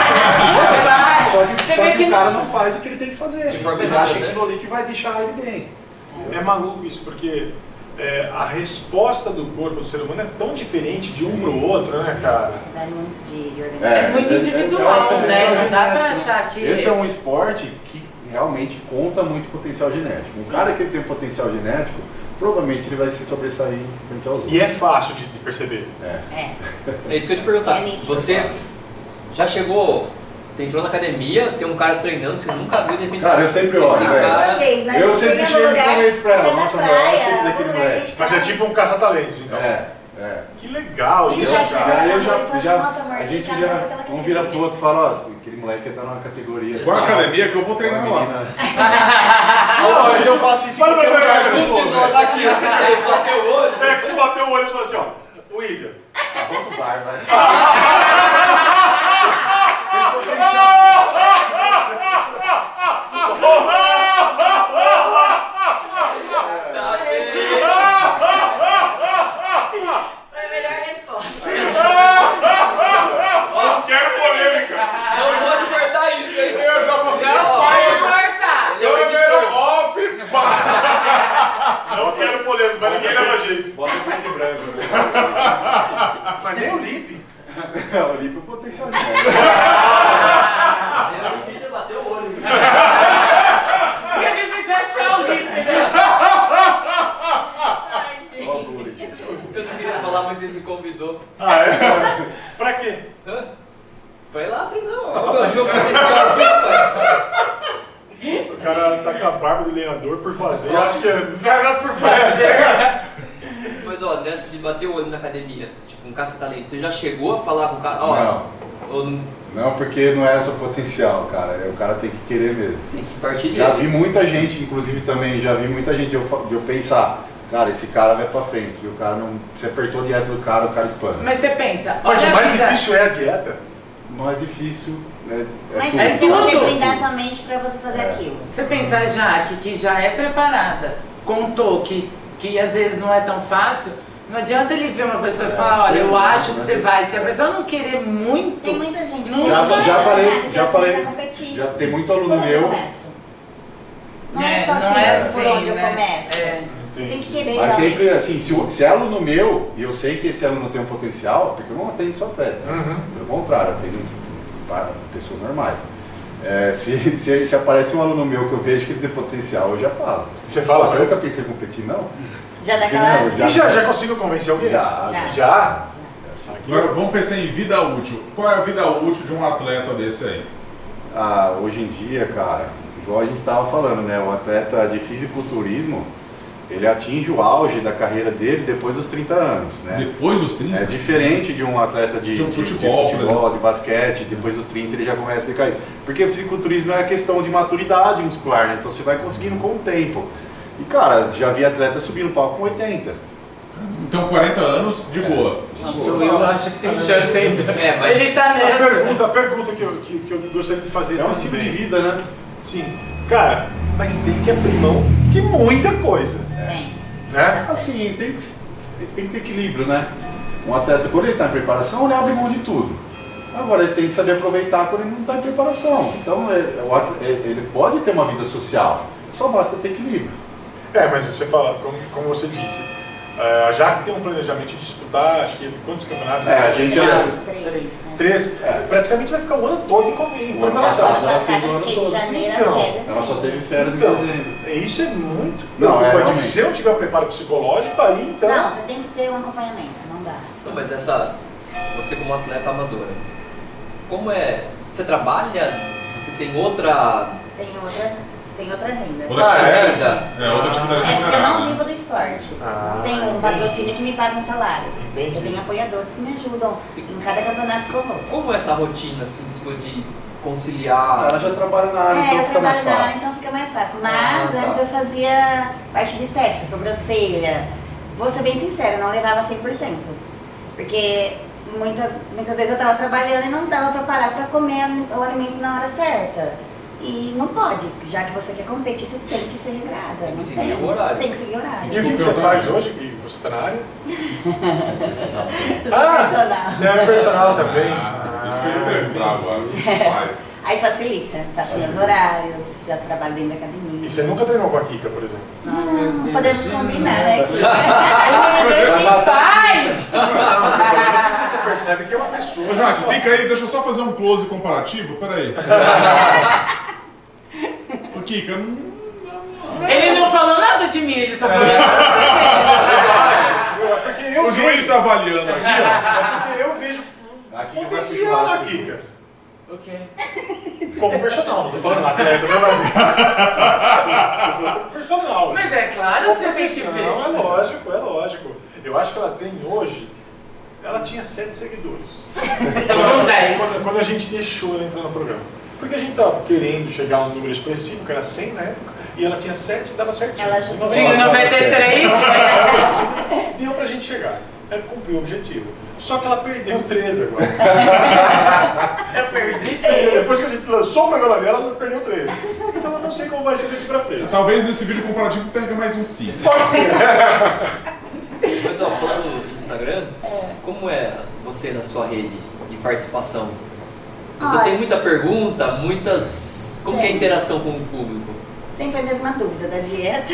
B: vai.
D: Só que,
B: Você
D: só
B: vê
D: que
B: que
D: o
B: não-
D: cara não faz o que ele tem que fazer.
C: De forma
D: ele
C: errada,
D: acha
C: né?
D: aquilo ali que vai deixar ele bem.
E: é maluco isso, porque é, a resposta do corpo do ser humano é tão diferente de um para o outro, né, cara?
F: Vai muito de, de organismo.
B: É muito individual,
D: é uma
B: né? Não dá
D: genética.
B: pra achar que.
D: Esse é um esporte que realmente conta muito potencial genético. Um
F: Sim.
D: cara que tem potencial genético, provavelmente ele vai se sobressair frente aos outros.
E: E é fácil de, de perceber.
F: É.
C: É isso que eu ia te perguntar.
F: É nítido.
C: Você já chegou, você entrou na academia, tem um cara treinando que você nunca viu, de repente...
D: Cara, eu sempre olho,
C: Esse
D: velho.
F: Toda
C: cara-
F: vez, né? Chega
D: Eu sempre
F: no
D: chego e
F: lugar,
D: comento pra ela,
F: até na
D: "Nossa, meu,
F: praia,
D: olha aquele
F: algum
D: daquele
F: lugar que
D: moleque."
F: a gente
E: Mas é
F: tá.
E: tipo um caça-talentos, então.
D: É, é.
E: Que legal
F: Isso
E: isso,
F: já
E: cara.
F: chega-
D: Aí eu
F: Ela fala, "Nossa, amor,
D: a gente
F: obrigada pela
D: já,
F: categoria."
D: um vira pro outro e fala, ó, aquele moleque tá numa categoria.
G: Qual a
C: Exato.
G: academia que eu vou treinar lá?
E: Não, mas eu faço isso em
G: Para, para,
E: qualquer
G: para,
E: lugar,
G: para,
E: né?
C: Nossa, aqui, ó, você bateu o olho.
E: É que você bateu o olho e falou assim, ó, William,
D: Vamos pro bar, né? vai.
C: Tá vendo?
F: Foi a melhor resposta.
E: não quero é polêmica.
C: Não pode cortar isso, hein?
G: Eu já vou
B: Não pode cortar!
C: Ele é o editor.
G: off, pá!
E: Não quero polêmica, mas ninguém leva jeito.
G: Bota preto e branco.
D: né?
E: Mas nem o Lipe.
D: É, [laughs] o Lipe é o potencial genético.
B: Porque é difícil achar o livro, né?
D: Ó o Lula, gente. ó.
C: Eu não queria falar, mas ele me convidou.
E: Ah, é? pra quê?
C: Hã? Vai lá treinar, ó. Meu jogo potencial aqui, pai.
E: O cara tá com a barba do lenhador por fazer. Eu acho que é...
B: Verba por fazer.
C: Mas ó, nessa de bater o olho na academia, tipo um caça-talento, você já chegou a falar com o cara? Ó,
D: Não,
C: eu não
D: não, porque não é essa o potencial, cara. É, O cara tem que querer mesmo.
C: tem que partir dele.
D: Já vi muita gente, inclusive também, já vi muita gente de eu, fa- de eu pensar, cara, esse cara vai pra frente. E o cara não. Se apertou a dieta do cara, o cara espana.
B: Mas você pensa,
E: Mas
B: olha
E: o
B: a
E: mais
B: vida.
E: difícil é a dieta.
D: Mais difícil né, é,
F: Mas
D: tudo.
B: É
F: é se você
B: tudo.
F: blindar sua mente pra você fazer
D: É.
F: aquilo.
B: Você pensar já que, que já é preparada, contou que, que às vezes não é tão fácil, não adianta ele ver uma pessoa e falar, olha, eu acho que você vai. Se a pessoa não querer muito,
F: Tem muita gente que
B: Já-
F: não
D: já
F: vai
D: falei-
F: fazer,
D: já
F: quer
D: falei-
F: começar a competir.
D: Já tem muito aluno
F: Quando eu
D: meu.
F: começo? Não é,
B: né,
F: só assim,
B: não é
F: por onde eu
B: né?
F: começo.
B: É.
F: Você tem que querer
D: Mas
F: realmente.
D: sempre assim, se, o- se é aluno meu, e eu sei que esse aluno tem um potencial, porque eu não atendo só atleta. né?
E: Uhum.
D: Pelo contrário, eu atendo para pessoas normais. É, se, [laughs] se, se aparece um aluno meu que eu vejo que ele tem potencial, eu já falo.
E: Você fala,
D: Você
E: você
D: nunca pensei em competir, não?
F: Já dá
D: Não,
F: aquela...
D: já-
E: E já, já conseguiu convencer alguém?
D: Já.
F: Já.
E: Já?
G: Agora vamos pensar em vida útil. Qual é a vida útil de um atleta desse aí?
D: Ah, hoje em dia, cara, igual a gente estava falando, né? O atleta de fisiculturismo, ele atinge o auge da carreira dele depois dos 30 anos, né?
G: Depois dos 30?
D: É diferente de um atleta de,
G: De um
D: de-
G: futebol,
D: de,
G: por exemplo.
D: futebol, de basquete, depois dos 30 ele já começa a cair. Porque o fisiculturismo é a questão de maturidade muscular, né? Então você vai conseguindo com o tempo. E cara, já vi atleta subindo no palco com 80.
G: Então 40 anos de boa.
B: Isso eu acho que tem chance ainda.
C: É, mas
B: Ele tá
E: A
B: nessa.
E: pergunta, a pergunta que eu, que, que eu gostaria de fazer
D: É um estilo de
E: também.
D: vida, né?
E: Sim. Cara, mas tem que abrir mão de muita coisa,
F: Tem.
E: né?
D: Assim, tem que, tem que ter equilíbrio, né? Um atleta, quando ele está em preparação, ele abre mão de tudo. Agora, ele tem que saber aproveitar quando ele não está em preparação. Então, é- o atle- é- ele pode ter uma vida social, só basta ter equilíbrio.
E: É, mas você fala, como, como você disse, Ah, A Jaque tem um planejamento de estudar, acho que quantos campeonatos?
D: É, a gente-
F: Três,
B: Três.
F: três. né?
E: Três.
D: É.
E: Praticamente vai ficar o ano todo em com- em
D: O ano
E: preparação.
D: passado,
F: Ano
D: ela
F: passado
D: fez o
F: eu
D: ano
F: fiquei
D: todo.
F: de janeiro
E: Então,
F: até dezembro.
D: Ela só teve férias
E: Então,
D: em dezembro.
E: isso é muito
D: Não, é,
E: preocupante.
D: realmente.
E: se eu tiver um preparo psicológico, aí então.
F: Não, você tem que ter um acompanhamento, não dá.
C: Não, mas essa. Você como atleta amadora, como é. Você trabalha? Você tem outra.
F: Tem outra, tem outra renda.
G: Outra
C: Ah,
G: atividade.
C: ainda.
G: É, outra
F: É
G: atividade
F: porque eu não
G: remunerada. né?
F: vivo do esporte.
E: Ah,
F: não tenho um patrocínio que me pague um salário.
E: Entendi.
F: Eu tenho apoiadores que me ajudam em cada campeonato que eu vou.
C: Como é essa rotina assim sua de conciliar?
D: Ela já trabalha na área,
F: é,
D: então
F: eu
D: fica mais
F: trabalho na área,
D: fácil.
F: então fica mais fácil.
C: Ah,
F: Mas
C: tá.
F: antes eu fazia parte de estética, sobrancelha. Vou ser bem sincera, não levava 100%. Porque muitas, muitas vezes eu tava trabalhando e não dava pra parar pra comer o alimento na hora certa. E não pode, já que você quer competir, você tem que ser regrada.
C: Tem que
F: não
C: seguir o horário.
F: Tem que seguir o horário.
E: E o que, que você faz hoje que você está na
F: [laughs]
E: área?
F: Eu sou
E: Ah,
F: personal.
E: você é personal também.
G: Ah, Isso que eu ia perguntar agora. o que faz?
F: [laughs] Aí facilita, facilita os horários, já trabalho dentro da academia.
E: E você nunca treinou com a Kika, por exemplo?
F: Não podemos combinar, né?
B: Ah, me deixa em paz!
F: Ah.
E: você percebe que é uma pessoa.
G: Ô, Jorge, fica aí, deixa eu só fazer um close comparativo, peraí. Ô, Kika, hum,
B: Ele não falou nada de mim, ele só falou
E: Porque eu
G: o juiz
E: vejo.
G: está avaliando aqui,
E: Porque eu vejo
F: então.
D: A Kika vai pro
E: potencial na
D: churrasco.
E: Kika.
B: Ok.
E: Como personal, não tô falando atleta, não é? Tô falando como personal.
B: Mas é claro que você tem que ver.
E: Não, é lógico, é lógico. Eu acho que ela tem hoje. Ela tinha sete seguidores.
B: com dez.
E: Quando, quando a gente deixou ela entrar no programa. Porque a gente estava querendo chegar a um número específico, que era 100 na época, e ela tinha 7 dava certinho.
F: Ela ajudou.
B: Tinha 93.
E: Deu pra gente chegar. Ela cumpriu o objetivo. Só que ela perdeu 13 agora.
B: Eu perdi.
E: É, Depois que a gente lançou o programa dela, ela perdeu 13. Então eu não sei como vai ser daqui pra frente.
G: talvez nesse vídeo comparativo perca mais um sim.
E: Pode [laughs] ser.
C: Mas ó, falando do Instagram, como é você na sua rede de participação? Você
F: Olha.
C: tem muita pergunta, muitas. Como que é a
F: Tem.
C: interação com o público?
F: Sempre a mesma dúvida da dieta.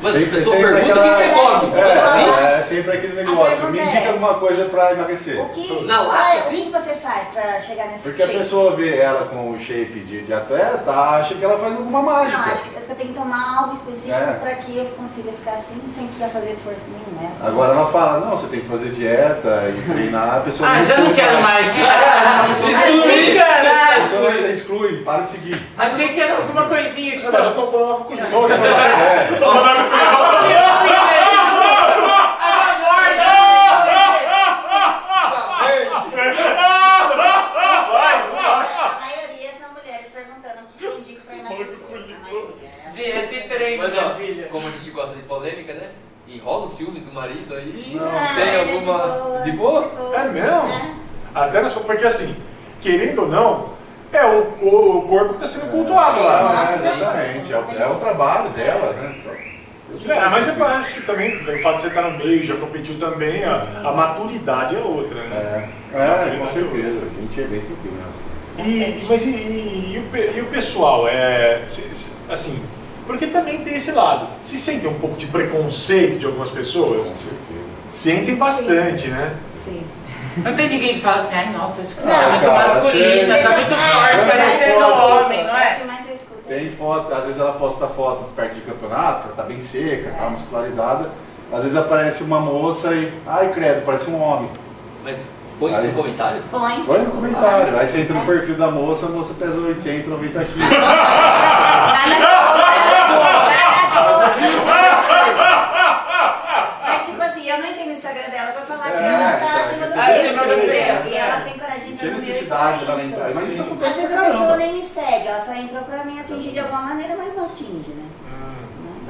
C: Mas
D: Sempre-
C: a pessoa
D: sempre
C: pergunta o que
D: aquela-
C: você come.
D: É,
C: Assim?
D: é, sempre aquele negócio. Me
F: pergunta
D: indica
F: é-
D: alguma coisa pra emagrecer.
F: O que,
C: Na lata,
F: qual é-
C: assim?
F: o que você faz pra chegar nesse
D: Porque a
F: shape?
D: pessoa vê ela com o shape de, de atleta, acha que ela faz alguma mágica.
F: Não, acho que eu tenho que tomar algo específico
D: É.
F: pra que eu consiga ficar assim sem precisar fazer esforço nenhum. É assim.
D: Agora ela fala, não, você tem que fazer dieta [laughs] e treinar, a pessoa
B: Ah,
D: não
B: já
D: exclui né?
B: não quero mais. Excluí,
D: A
B: caralho.
D: pessoa ainda exclui, para de seguir.
B: [laughs] Achei que era alguma coisinha que
E: Mas eu
B: tava.
E: tô tomando água com limão, já
B: É,
D: É,
E: tô tomando água com limão. Ah,
F: A maioria são mulheres perguntando o que eu indico pra emagrecer. A maioria. é. Ah,
B: Dieta e treino,
C: Mas
B: minha
C: ó,
B: filha.
C: como a gente gosta de polêmica, né? E rola os ciúmes do marido aí.
F: Ah,
C: Tem
F: ele é
C: alguma.
F: De
C: De
F: boa?
C: boa?
F: De boa.
E: É mesmo?
F: É.
E: Até nas porque assim, querendo ou não, é o, co- o corpo que tá sendo cultuado lá.
D: Ah,
F: Nossa,
D: exatamente, é, o- é o trabalho dela, né? Então,
E: É, mas eu acho que também, o fato de você estar no meio, já competiu também, a, a maturidade é outra, né?
D: É, com certeza, a gente é bem tranquilo. né?
E: E, mas e, e o, pe- e o pessoal, é, se- se- assim, porque também tem esse lado. Se sentem um pouco de preconceito de algumas pessoas?
D: Com certeza.
E: Sentem
F: Sim.
E: bastante, né?
F: Sim.
B: Não tem ninguém que fala assim, ai nossa, acho que você
F: Não,
B: tá muito
D: cara,
B: masculina,
D: você-
B: tá muito forte,
D: Não,
B: parecendo
D: não, não.
B: homem, não
F: o
B: é?
F: que mais eu escuto. é
D: Tem
F: isso.
D: foto, às vezes ela posta foto perto de campeonato, que ela tá bem seca, tá muscularizada. Às vezes aparece uma moça e, ai credo, parece um homem.
C: Mas põe no
D: Aí-
C: seu comentário.
F: Põe.
D: Põe no comentário, aí você entra no perfil da moça, a moça pesa 80, 90 quilos.
F: Nada contra, nada contra. Mas tipo assim, eu não entendo o Instagram dela pra falar que
D: É,
F: ela tá
D: cara,
F: acima do
D: isso é
F: peso,
B: acima do peso.
F: entendeu? E ela tem coragem de entrar no
D: Não tinha
F: meu e
D: necessidade dela
F: falar
D: entrar. Mas
F: isso.
D: isso
F: Às
D: acontece
F: vezes
D: pra
F: a pessoa
D: caramba.
F: nem me segue, ela só entrou pra me atingir de alguma maneira, mas não atinge, né?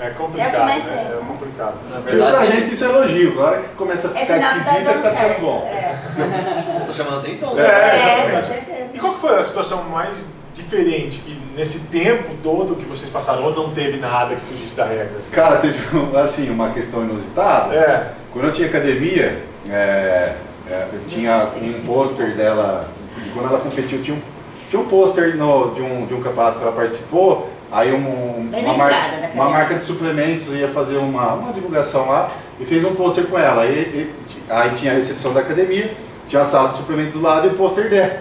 E: É
F: É o
E: complicado,
F: que mais
E: né?
F: tem,
E: É
F: né?
E: complicado.
C: Na
D: Porque pra
C: verdade,
D: gente isso é elogio, na hora que começa a
F: É
D: ficar
F: sinal que tá
D: esquisita,
F: dando
D: tá ficando
F: certo.
D: bom.
F: É,
C: tô chamando a atenção. né?
E: É.
F: é com
E: exatamente. E
F: certeza.
E: qual que foi a situação mais diferente que nesse tempo todo que vocês passaram ou não teve nada que fugisse da regra? assim?
D: Cara, teve [laughs] um- assim, uma questão inusitada.
E: É,
D: Quando eu tinha academia, é, é, eu tinha um pôster dela, de quando ela competiu, tinha um, tinha um pôster no- de, um, de um campeonato que ela participou, aí um-
F: Bem
D: uma,
F: na
D: mar-
F: entrada da
D: uma
F: academia.
D: marca de suplementos ia fazer uma, uma divulgação lá, e fez um pôster com ela. E, e- aí tinha a recepção da academia, tinha a sala de suplementos do lado e o pôster dela.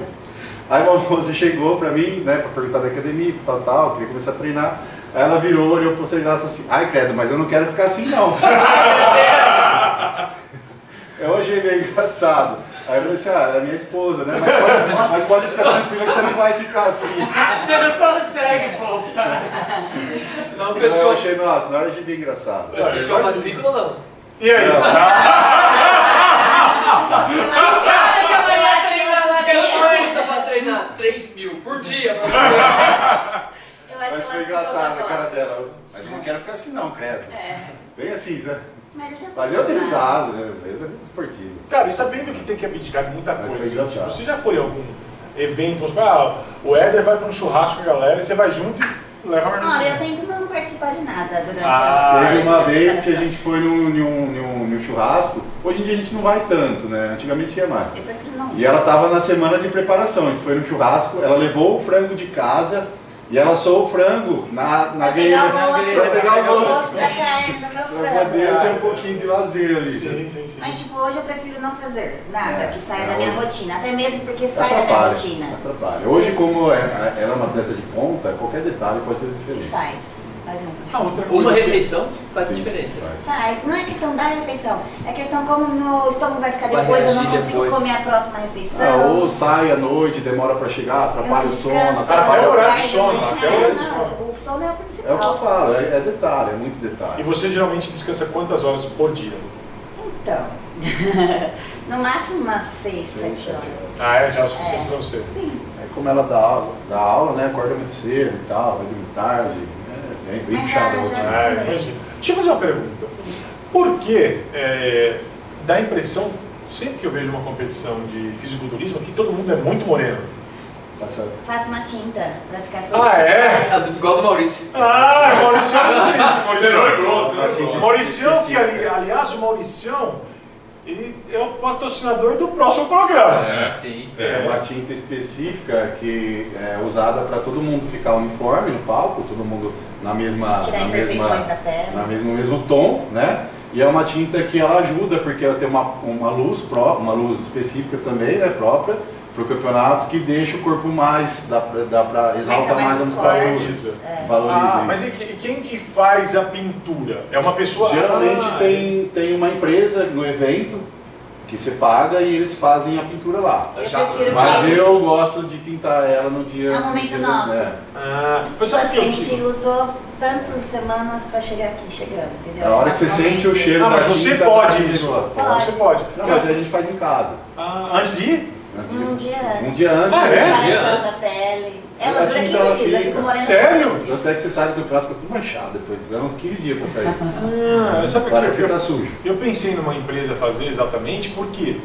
D: Aí uma moça chegou pra mim, né, pra perguntar da academia, tal, tal, queria começar a treinar. Aí ela virou, olhou o pôster dela e falou assim, ai credo, mas eu não quero ficar assim não. Eu achei meio é engraçado. Aí eu falei assim, ah, é minha esposa, né? Mas pode, mas pode ficar tranquila que você não vai ficar assim.
B: Você não consegue, fofa.
C: Não,
D: Então eu
C: pessoal.
D: achei, nossa, na hora eu achei bem engraçado.
E: Não,
C: Pessoal matrícula não.
E: E aí?
B: [laughs] Cara, que a mulher chega lá,
F: Eu
B: tem
F: acho
B: coisa.
C: Custa pra treinar 3 mil por dia.
F: Eu acho
D: Mas
F: que
D: foi
F: ela assustou
D: engraçado
F: com
D: a
F: a
D: cara
F: foto.
D: dela. Mas eu não quero ficar assim não, credo.
F: É.
D: Bem assim, né?
F: Mas eu já tô
D: Mas eu dei
F: acostumada.
D: risada, né? Eu era esportivo.
E: Cara, e sabendo que tem que abdicar de muita
D: Mas
E: coisa,
D: foi
E: assim, tipo,
D: engraçado.
E: você já foi em algum evento, vamos supor, ah, o Éder vai pra um churrasco com a galera, você vai junto e leva a
F: Olha, eu
E: marmita.
F: tento não participar de nada durante
E: Ah,
F: a
D: Teve
F: durante
D: uma
F: a
D: vez que a
F: preparação.
D: gente foi num, num, num- num churrasco, hoje em dia a gente não vai tanto, né? Antigamente ia mais.
F: Eu prefiro não.
D: E ela tava na semana de preparação, a gente foi no churrasco, ela levou o frango de casa e ela assou o frango na, na
F: Pra pegar o
D: grelha.
F: gosto.
D: Pra pegar o
F: gosto
D: gosto.
F: da carne do meu
D: Pra
F: frango.
D: poder ter um pouquinho de lazer ali.
E: Sim, sim, sim.
F: Mas tipo, hoje eu prefiro não fazer nada
D: É,
F: que saia
D: é,
F: da minha
D: hoje- Tá
F: rotina. Até mesmo porque sai da minha
D: Atrapalha,
F: rotina.
D: atrapalha. Hoje, como é- ela é uma atleta de ponta, qualquer detalhe pode fazer
F: E
D: diferença.
F: faz. Faz muito.
E: Ah, outra coisa
C: Uma
E: que-
C: refeição faz a
D: Sim,
C: diferença.
D: faz.
F: Faz. Não é questão da refeição. É questão como meu estômago vai ficar
C: Vai
F: depois. eu não
C: reagir
F: consigo
C: depois.
F: comer a próxima
D: Ah,
F: refeição.
D: ou sai à noite, demora pra chegar,
F: Então- Eu não
D: atrapalha o sono.
F: descanso,
E: atrapalha
F: faço
E: o horário
F: tarde
E: de sono,
F: da manhã.
E: até o horário de
F: né? Não,
E: sono.
F: O sono é o
D: É o que eu
F: principal.
D: falo, é, é detalhe, é muito
E: E
D: detalhe.
E: você geralmente descansa quantas horas por dia?
F: Então, [laughs] no máximo umas 6, 7
D: Seis, sete
F: horas.
D: horas.
E: Ah, é já é o suficiente
F: É.
E: pra você.
F: Sim.
D: É como ela dá aula, dá aula, né? Acorda muito cedo e tal, vai dormir tarde. né, É bem
F: Mas já-
D: puxado. a
F: já
D: rotina.
E: Ah,
F: também.
E: imagina. Deixa eu fazer uma pergunta.
F: sim.
E: Por que é, dá a impressão, sempre que eu vejo uma competição de fisiculturismo, que todo mundo é muito moreno?
D: Passa-
F: Faço uma tinta pra ficar assim, né?
E: Ah, é?
C: Ah, Igual do Maurício.
E: Ah, Maurício, eu não sei isso,
G: Zero é
E: Maurício.
G: grosso, zero é
D: Sim.
G: grosso.
E: Mauricião, que ali- aliás, o Mauricião, ele é o patrocinador do próximo programa.
C: É, sim.
D: É uma tinta específica que é usada para todo mundo ficar uniforme no palco, todo mundo na mesma,
F: Tirar
D: na mesma,
F: imperfeições da pele.
D: na mesmo, no mesmo tom, né? E é uma tinta que ela ajuda porque ela tem uma, uma luz própria, uma luz específica também, né, própria para o campeonato que deixa o corpo mais, dá, pra- dá para exalta
F: mais
D: mais,
F: os
D: os
F: cortes,
D: valores,
F: é.
D: valoriza.
E: Ah,
D: isso.
E: mas e, que- e quem que faz a pintura? É uma pessoa.
D: Geralmente
E: Ah,
D: tem, tem uma empresa no evento que você paga e eles fazem a pintura lá.
F: Eu
C: Já-
F: prefiro
D: Mas
F: que-
D: eu gosto de pintar ela no dia.
F: É um momento
D: no dia-
F: nosso.
D: é.
E: Ah, mas
F: Tipo
E: sabe
F: assim,
E: que
F: a
E: eu
F: gente
E: digo?
F: lutou tantas semanas pra chegar aqui, chegando, entendeu?
D: É a hora que você sente o cheiro
E: Ah,
D: da
E: mas você
D: tinta,
E: pode
D: da
E: isso.
D: pessoa.
F: Pode.
E: Você pode.
D: Não, mas a gente faz em casa.
E: Ah, antes de ir?
D: Antes
F: Um
D: de-
F: dia antes.
D: Um dia antes.
E: Ah, é?
D: né?
F: Preparação
C: antes.
F: da pele. É
D: A
F: Ela dura
D: tinta,
F: 15
D: ela
F: dias, eu
D: fica.
F: fico morena.
E: Sério?
D: Até que você sai do campeonato, fica tudo manchado depois. Leva uns 15 dias pra sair.
E: Ah, [laughs] sabe o que
D: Parece
E: eu-
D: que tá sujo.
E: Eu pensei numa empresa fazer exatamente por quê?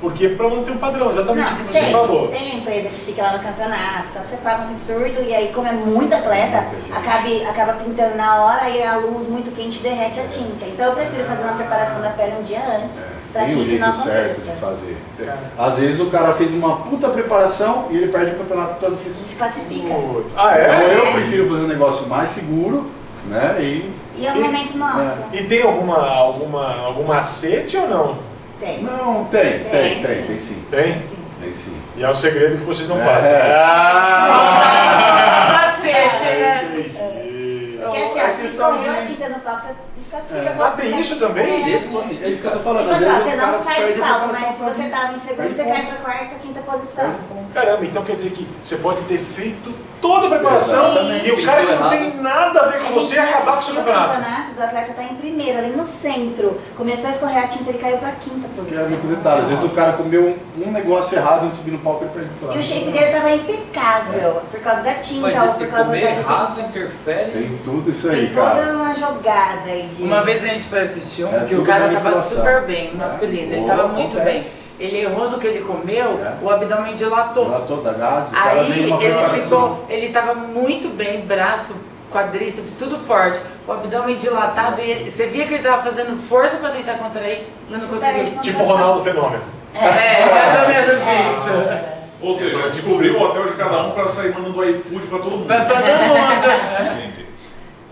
E: Porque para manter um padrão, exatamente o
F: Não,
D: tipo,
E: que você
F: tem,
E: falou.
F: tem a empresa que fica lá no campeonato, só que você paga um absurdo e aí como é muito atleta, acabe, acaba pintando na hora e a luz muito quente derrete
D: É.
F: a tinta. Então eu prefiro fazer uma preparação da pele um dia antes, pra que
D: Tem um
F: isso não
D: jeito certo
F: aconteça.
D: de fazer.
E: Cara.
D: Às vezes o cara fez uma puta preparação e ele perde o campeonato por causa disso.
F: Desclassifica.
E: Putz. Ah,
D: Então
E: é?
D: eu prefiro fazer um negócio mais seguro, né? E né?
F: E é um momento nosso.
E: E tem alguma, alguma, algum macete ou não?
F: Tem.
D: Não, tem,
F: Tem, sim.
D: tem, tem, tem sim.
E: Tem.
F: Sim.
D: Tem sim.
E: E é um segredo que vocês não
D: É.
E: passam. Ah!
B: Macete, né?
E: entendi.
F: Porque É. assim,
D: É
F: ó, se
D: questão
F: escorreu a
D: de-
F: tinta no palco, você desclassifica
D: É.
F: a bola.
E: Ah, tem isso também?
F: É.
C: Desse
F: Tipo
C: lance
D: É isso que eu tô falando. às
F: assim, ó,
D: vezes
F: você
D: o cara
F: não sai
D: perde
F: do
D: a
F: palco,
D: preparação
F: mas se
D: pra
F: você tava em segundo,
D: perde
F: você cai
D: ponto.
F: pra quarta, quinta posição.
E: Caramba, então quer dizer que você pode ter feito toda a preparação
F: Exatamente.
E: e o cara que não
C: Pintou
E: tem nada a ver com
F: A
E: você
F: gente vai
E: acabar com o seu
F: assistir o
E: campeonato.
F: campeonato do atleta tá em primeiro, ali no centro. Começou a escorrer a tinta, ele caiu pra quinta
D: Porque
F: posição.
D: é muito detalhe. Às vezes o cara comeu um, um negócio errado antes de subir no palco e ele perde tudo.
F: E o shape dele tava impecável, por causa da tinta
C: Mas
F: ou
C: esse
F: por causa da
C: comer errado
F: retenção.
C: interfere.
D: Tem tudo isso aí,
F: Tem
D: cara.
F: toda uma jogada aí de...
B: Uma vez a gente foi assistir um
D: É,
B: que o
D: tudo
B: cara tava
D: manipulação.
B: super bem,
D: É.
B: masculino, ele
D: Ou
B: tava muito bem.
D: acontece.
B: Ele errou no que ele comeu,
D: É.
B: o abdômen dilatou.
D: Ela toda gás, o cara vem
B: Aí
D: uma
B: ele
D: preparação.
B: ficou, ele tava muito bem, braço, quadríceps, tudo forte, o abdômen dilatado e ele- você via que ele tava fazendo força pra tentar contrair, mas não
F: Isso
B: conseguiu.
F: perde.
E: Tipo o Ronaldo Fenômeno.
B: É, mais ou menos isso.
F: É.
G: Ou seja, descobriu o hotel de cada um pra sair mandando iFood pra todo mundo.
B: Pra todo mundo.
G: Entendi.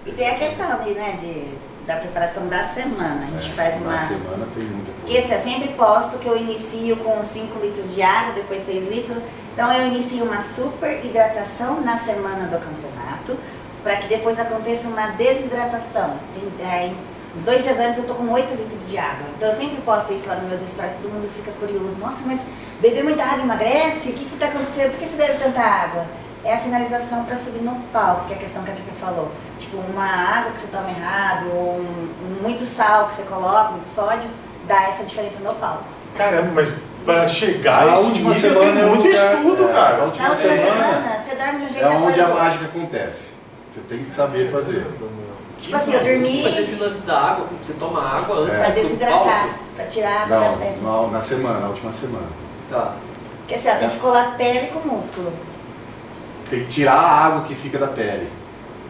F: E tem a questão ali, né, de... da preparação da semana. A gente
D: É,
F: faz uma.
D: Na semana tem muita
F: Porque
D: coisa.
F: assim, eu sempre posto que eu inicio com 5 litros de água, depois 6 litros. Então eu inicio uma super hidratação na semana do campeonato, para que depois aconteça uma desidratação. Tem- é, em- os dois dias antes eu tô com 8 litros de água. Então eu sempre posto isso lá nos meus stories, todo mundo fica curioso. Nossa, mas beber muita água emagrece? O que que tá acontecendo? Por que você bebe tanta água? É a finalização para subir no palco, que é a questão que a Kika falou. Tipo, uma água que você toma errado, ou um- muito sal que você coloca, muito sódio, dá essa diferença no palco.
E: Caramba, mas pra chegar
D: A
E: a esse
D: última
E: nível
D: semana é
E: tem muito
D: um lugar-
E: estudo,
D: é,
E: cara.
D: a
F: Na
D: última
F: última
D: semana-
F: semana, você dorme de um
D: É
F: jeito
D: onde a
F: acorda.
D: mágica acontece. Você tem que saber fazer.
F: Tipo assim, eu dormi-
C: Mas esse lance da água, você toma água antes
F: Pra
C: do
F: desidratar,
C: um palco?
F: pra tirar a água da
D: Não,
F: pele.
D: não, na semana, na última semana.
C: Tá.
F: Porque assim, ó, tem que colar pele com músculo.
D: Tem que tirar a água que fica da pele.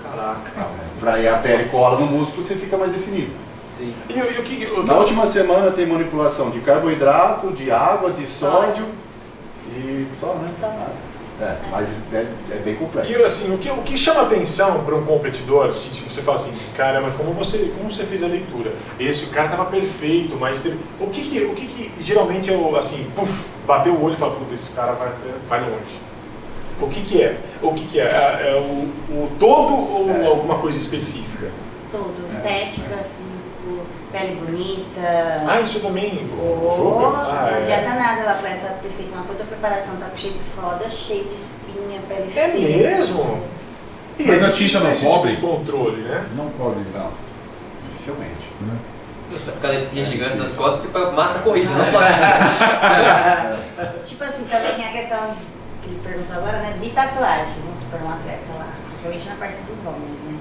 C: Caraca.
D: Daí a pele cola no músculo você fica mais definido.
C: Sim.
E: E, o- e o que. o-
D: Na última semana tem manipulação de carboidrato, de água, de sódio e só, né?
F: Só.
D: É, mas é, é bem complexo.
E: E assim, o que, o que chama atenção para um competidor, se, se você fala assim, cara, mas como você, como você fez a leitura? Esse cara estava perfeito, mas teve... o que que, o que que geralmente é o, assim, puf, bateu o olho e fala, puta, esse cara vai, vai longe. O que que é? O que que é? É, é o, o todo ou
D: É.
E: alguma coisa específica?
F: Tudo, estética, físico,
E: Ah,
F: pele
D: É.
F: bonita.
E: isso também
F: Oh,
E: joga? Ah,
F: não
E: é.
F: adianta
D: tá-
F: nada o atleta ter feito uma puta preparação, tá com shape foda, cheio de espinha, pele
E: É
F: feia.
E: mesmo? E
G: Mas
E: é
G: a tinta
E: difícil
G: não
E: esse tipo
G: cobre?
E: de controle, né?
G: Não pode isso.
D: Não, então. dificilmente.
C: Você ficar na espinha gigante nas costas, tem pra massa corrida, não só tinta.
F: Tipo assim, também tem a questão que ele perguntou agora, né? De tatuagem. Vamos supor, um atleta lá. Principalmente na parte dos homens, né?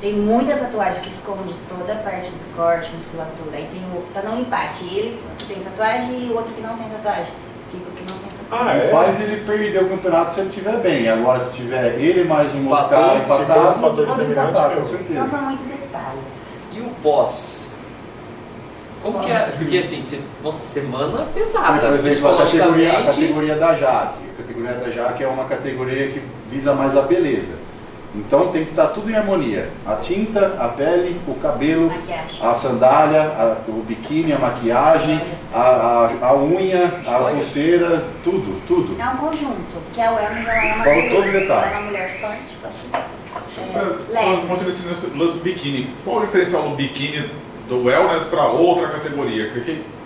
F: Tem muita tatuagem que esconde toda a parte do corte, musculatura. Aí tem o. Tá num empate. Ele que tem tatuagem e o outro que não tem tatuagem. Fica o que não tem tatuagem.
E: Ah,
D: Não
E: é?
D: faz ele perder o campeonato se ele estiver bem. Agora, se tiver ele mais um outro
C: Empatou,
D: cara
C: se
E: for um fator
D: empatado, pode
E: determinante,
D: empatar, com
E: eu-
F: Então
D: certeza.
F: são muitos detalhes.
C: [laughs] E o pós? Como que é?
F: Pós. é
C: Porque assim, você- nossa, semana
D: Mas,
C: pesada.
D: Por exemplo, a categoria,
C: Então,
D: a
C: psicologicamente.
D: categoria da Jaque. A categoria da Jaque é uma categoria que visa mais a beleza. Então tem que estar tudo em harmonia. A tinta, a pele, o cabelo,
F: Maquiagem.
D: a sandália, a- o biquíni, a maquiagem, a, a- a unha, a
C: Joias.
D: pulseira, tudo, tudo.
F: É um conjunto, que a Wellness ela é uma
D: Fala todo
F: beleza,
D: detalhe.
F: ela é uma mulher forte, só que
G: Mas,
F: é,
G: Você
F: leve.
G: falou muito nesse nesse lance do biquíni. Qual o diferencial do biquíni do wellness para outra categoria? Que, que-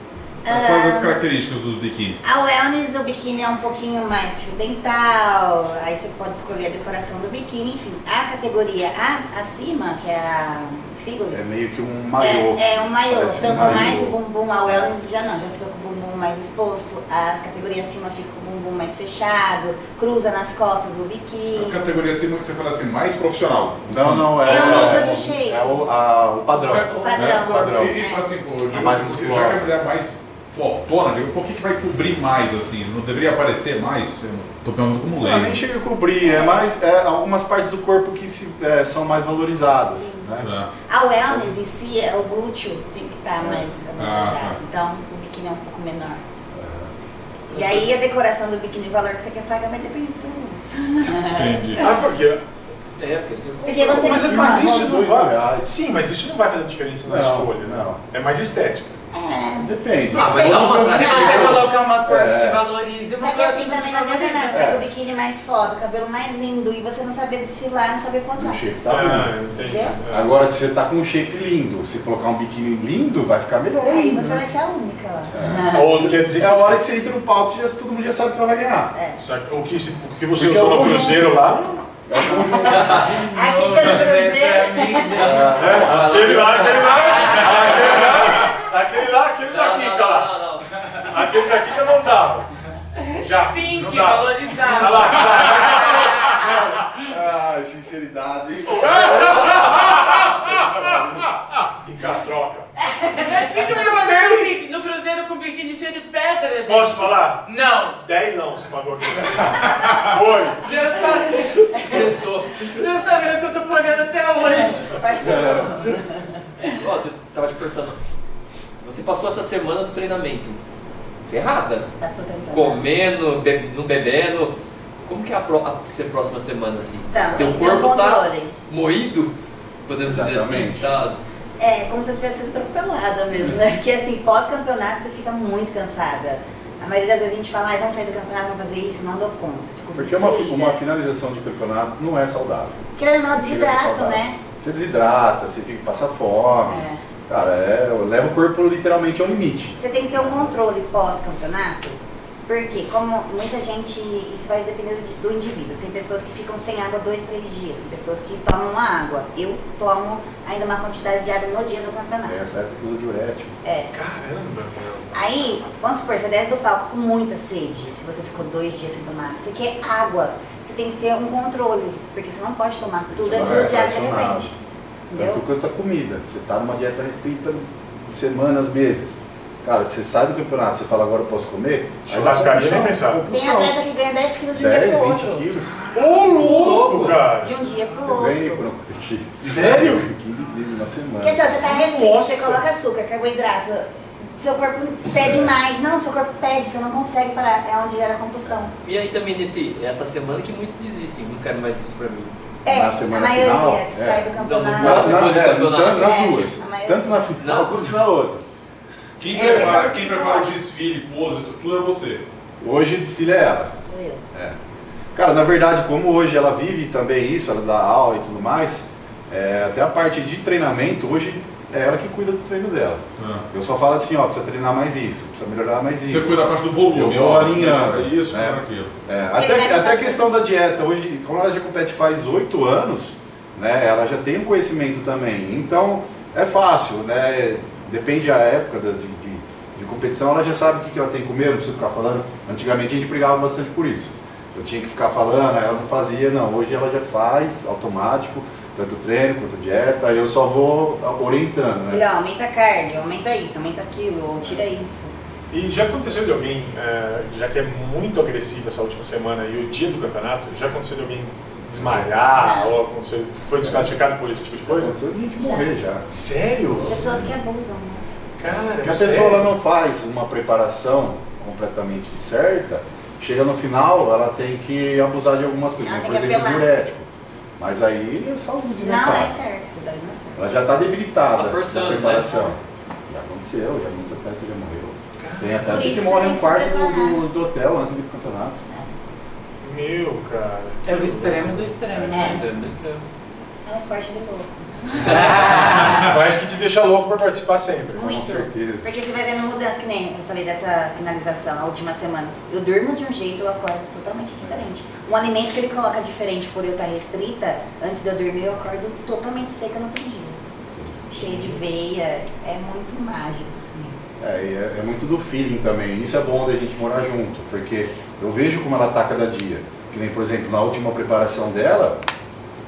G: Quais as características dos biquínis?
F: A wellness, o biquíni é um pouquinho mais fio dental, aí você pode escolher a decoração do biquíni, enfim. A categoria A, acima, que é a
D: É
F: figura,
D: meio que um maiô.
F: é, é um maior.
D: Parece um
F: Tampa
D: maiô.
F: mais o bumbum, a wellness já não, já fica com o bumbum mais exposto. A categoria acima fica com o bumbum mais fechado, cruza nas costas o
G: A
F: biquíni.
G: categoria acima que você fala assim, mais profissional.
D: Não, não, é,
F: É o nível do
D: é
F: shape.
D: é o, a- o padrão. né?
F: O padrão.
G: É,
D: padrão.
G: E assim, pô, eu digo
D: Mais
G: assim, porque
D: musculosa.
G: já que a mulher é mais fortona, digo, por que, que vai cobrir mais assim? Não deveria aparecer mais? Eu tô perguntando como
D: Não, nem
G: leigo.
D: chega a cobrir, é mais é, algumas partes do corpo que se, é, são mais valorizadas.
F: Sim.
D: né?
G: Tá.
F: A wellness em si, é o glúteo tem que
D: Ah,
F: estar mais avantajado,
G: tá.
F: então o biquíni é um pouco menor. E aí a decoração do biquíni, o valor que você quer pagar vai depender do seu bolso.
G: Entendi.
E: Ah, por quê?
C: É, porque você
F: Porque você
D: é
E: mas,
F: que
E: mas
F: escolhe.
E: isso não
D: Dois
E: vai.
D: reais.
E: Sim, mas isso não vai fazer diferença na
D: Não,
E: escolha,
D: não.
E: não. É mais estética.
F: É.
D: Depende.
F: Ah, mas dá uma
B: Se você colocar uma cor que
D: É.
B: te valorize, uma
F: Só que
B: cor
F: assim
B: não te
F: também não adianta nada,
B: valoriza.
F: você pega o biquíni mais foda, o cabelo mais lindo e você não saber desfilar, não saber
D: O
F: posar.
D: shape tá
E: Ah,
D: ruim.
E: entendi.
F: Quê?
E: Ah.
D: Agora, se você tá com um shape lindo, se colocar um biquíni lindo, vai ficar melhor. né?
F: Aí
D: ainda.
F: você vai ser a única lá.
E: Ah, Ou não quer dizer
D: É a hora que você entra no palco, já, todo mundo já sabe que ela vai [laughs] ganhar.
F: É.
E: Só que o que, se- o que você
D: Porque é um
E: usou no
D: hoje-
E: Cruzeiro lá.
F: Aqui que é do Cruzeiro.
E: Aquele lá, aquele lá, aquele lá, aquele lá, aquele da Kika lá. Aquele da Kika não dava. Já. não
B: Pink,
E: dava. Olha
B: valorizado.
E: lá, olha lá.
D: Ah, sinceridade, hein?
E: Kika, troca.
B: Mas o que, que eu vou fazer no biqui- no cruzeiro com biquíni cheio de pedra, gente?
E: Posso falar?
B: Não.
E: 10 não você pagou aqui. Foi.
B: Deus tá vendo.
C: Testou.
B: Deus tá vendo que eu tô pagando até hoje.
D: É.
F: Parceiro.
C: Ó, eu tava te perguntando. Você passou essa semana do treinamento ferrada,
F: Passou tempo.
C: comendo, be- não bebendo. Como que é a, pró- a ser próxima semana assim?
F: Então,
C: Seu
F: tem que ter um
C: corpo tá
F: controle.
C: moído, podemos dizer assim.
D: Exatamente.
C: Tá,
F: É, como se eu tivesse sido atropelada mesmo, né? Porque assim, pós-campeonato você fica muito cansada. A maioria das vezes a gente fala, ai, vamos sair do campeonato, vamos fazer isso, não dou conta. Fico
D: Porque é uma,
F: destruída.
D: uma finalização de campeonato não é saudável.
F: Querendo ou não,
D: Chega a ser
F: desidrato,
D: saudável. Ah.
F: né?
D: Você desidrata, você fica, passa fome.
F: É.
D: Cara, é, leva o corpo literalmente ao limite.
F: Você tem que ter um controle pós-campeonato, porque como muita gente, isso vai depender do do indivíduo. Tem pessoas que ficam sem água dois, três dias, tem pessoas que tomam a água. Eu tomo ainda uma quantidade de água no dia do
D: Tem
F: campeonato.
D: atleta que usa diurético.
F: É.
E: Caramba, meu.
F: Aí, vamos supor, você desce do palco com muita sede, se você ficou dois dias sem tomar, você quer água, você tem que ter um controle, porque você não pode tomar tudo
D: Você vai
F: aquilo de água de
D: racionar.
F: repente.
D: Tanto
F: Entendeu?
D: quanto a comida. Você tá numa dieta restrita de semanas, meses. Cara, você sai do campeonato, você fala agora eu posso comer.
E: Churrascaria nem pensar.
F: Tem atleta que ganha 10 quilos de um dia
D: 10,
F: pro
D: 20
F: outro.
D: quilos.
E: Ô, louco, cara!
F: De um dia pro
D: Eu ganhei um
F: outro.
D: quando eu competi. [laughs]
E: Sério?
D: 15 dias, uma semana.
F: Porque assim, ó, você tá restrito,
E: Nossa.
F: você coloca açúcar, é carboidrato, seu corpo pede mais. Não, seu corpo pede, você não consegue parar, é onde gera compulsão.
C: E aí também nesse, essa semana que muitos desistem, não quero mais isso pra mim.
F: É,
D: Na
F: a
D: semana
F: maioria
D: final,
F: que
D: é.
F: sai do
C: Não, não,
F: campeonato.
D: Nas- nas-
C: Depois do
D: é,
C: campeonato.
D: tanto nas
F: É,
D: duas.
F: a maioria-
D: Tanto na final
C: Não.
D: quanto na outra.
G: Quem
F: É,
G: prepara,
F: mas-
G: quem prepara o desfile, pose, tu- tudo é você.
D: Hoje o desfile é ela.
F: Sou eu.
D: Cara, na verdade, como hoje ela vive também isso, ela dá aula e tudo mais, é, até a parte de treinamento, hoje é ela que cuida do treino dela.
G: Ah.
D: Eu só falo assim, ó, precisa treinar mais isso, precisa melhorar mais isso.
G: Você foi da parte do volume.
D: Eu vou
G: ó,
D: alinhando,
G: é Isso,
D: né?
G: é. aquilo.
D: É, até, até a questão da dieta, hoje, como ela já compete faz oito anos, né, ela já tem um conhecimento também. Então, é fácil, né? Depende da época da- de, de- de competição, ela já sabe o que, que ela tem que comer, não precisa ficar falando. Antigamente a gente brigava bastante por isso. Eu tinha que ficar falando, ela não fazia, não. Hoje ela já faz, automático, tanto treino quanto dieta, eu só vou orientando, né?
F: Ele, ó, aumenta cardio, aumenta isso, aumenta aquilo, ou tira isso.
E: E já aconteceu de alguém, eh, já que é muito agressiva essa última semana e o dia do campeonato, já aconteceu de alguém desmaiar
F: Já.
E: ou aconteceu, foi desclassificado por esse tipo de coisa?
D: Aconteceu de gente morrer já.
E: Sério?
F: Pessoas que abusam, né?
E: Cara,
D: Porque a
E: sério?
D: pessoa ela não faz uma preparação completamente certa, chega no final, ela tem que abusar de algumas coisas,
F: Ela
D: né?
F: tem
D: por
F: que
D: exemplo,
F: apelar.
D: diurético. Mas aí é saúde, né?
F: Não
D: cara?
F: é certo, isso daí não é certo.
D: Ela já está debilitada
C: Tá forçando,
D: na preparação. Já aconteceu, já muito atleta já morreu. Tem atleta
F: Por
D: que
F: isso
D: mora
F: tem
D: em um
F: que
D: quarto
F: se
D: do, do hotel antes do campeonato.
E: Meu, cara.
B: É o extremo do extremo.
F: É.
C: Extremo, extremo.
F: É um esporte do louco.
E: Mas Ah, que te deixa louco pra participar sempre.
F: Muito.
D: certeza.
F: Porque você vai vendo mudança, que nem eu falei dessa finalização, a última semana. Eu durmo de um jeito, eu acordo totalmente diferente. Um alimento que ele coloca diferente por eu estar restrita, antes de eu dormir, eu acordo totalmente seca no outro dia. Cheia de veia, é muito mágico, assim.
D: É, e é, é muito do feeling também. Isso é bom da gente morar junto, porque eu vejo como ela tá cada dia. Que nem, por exemplo, na última preparação dela,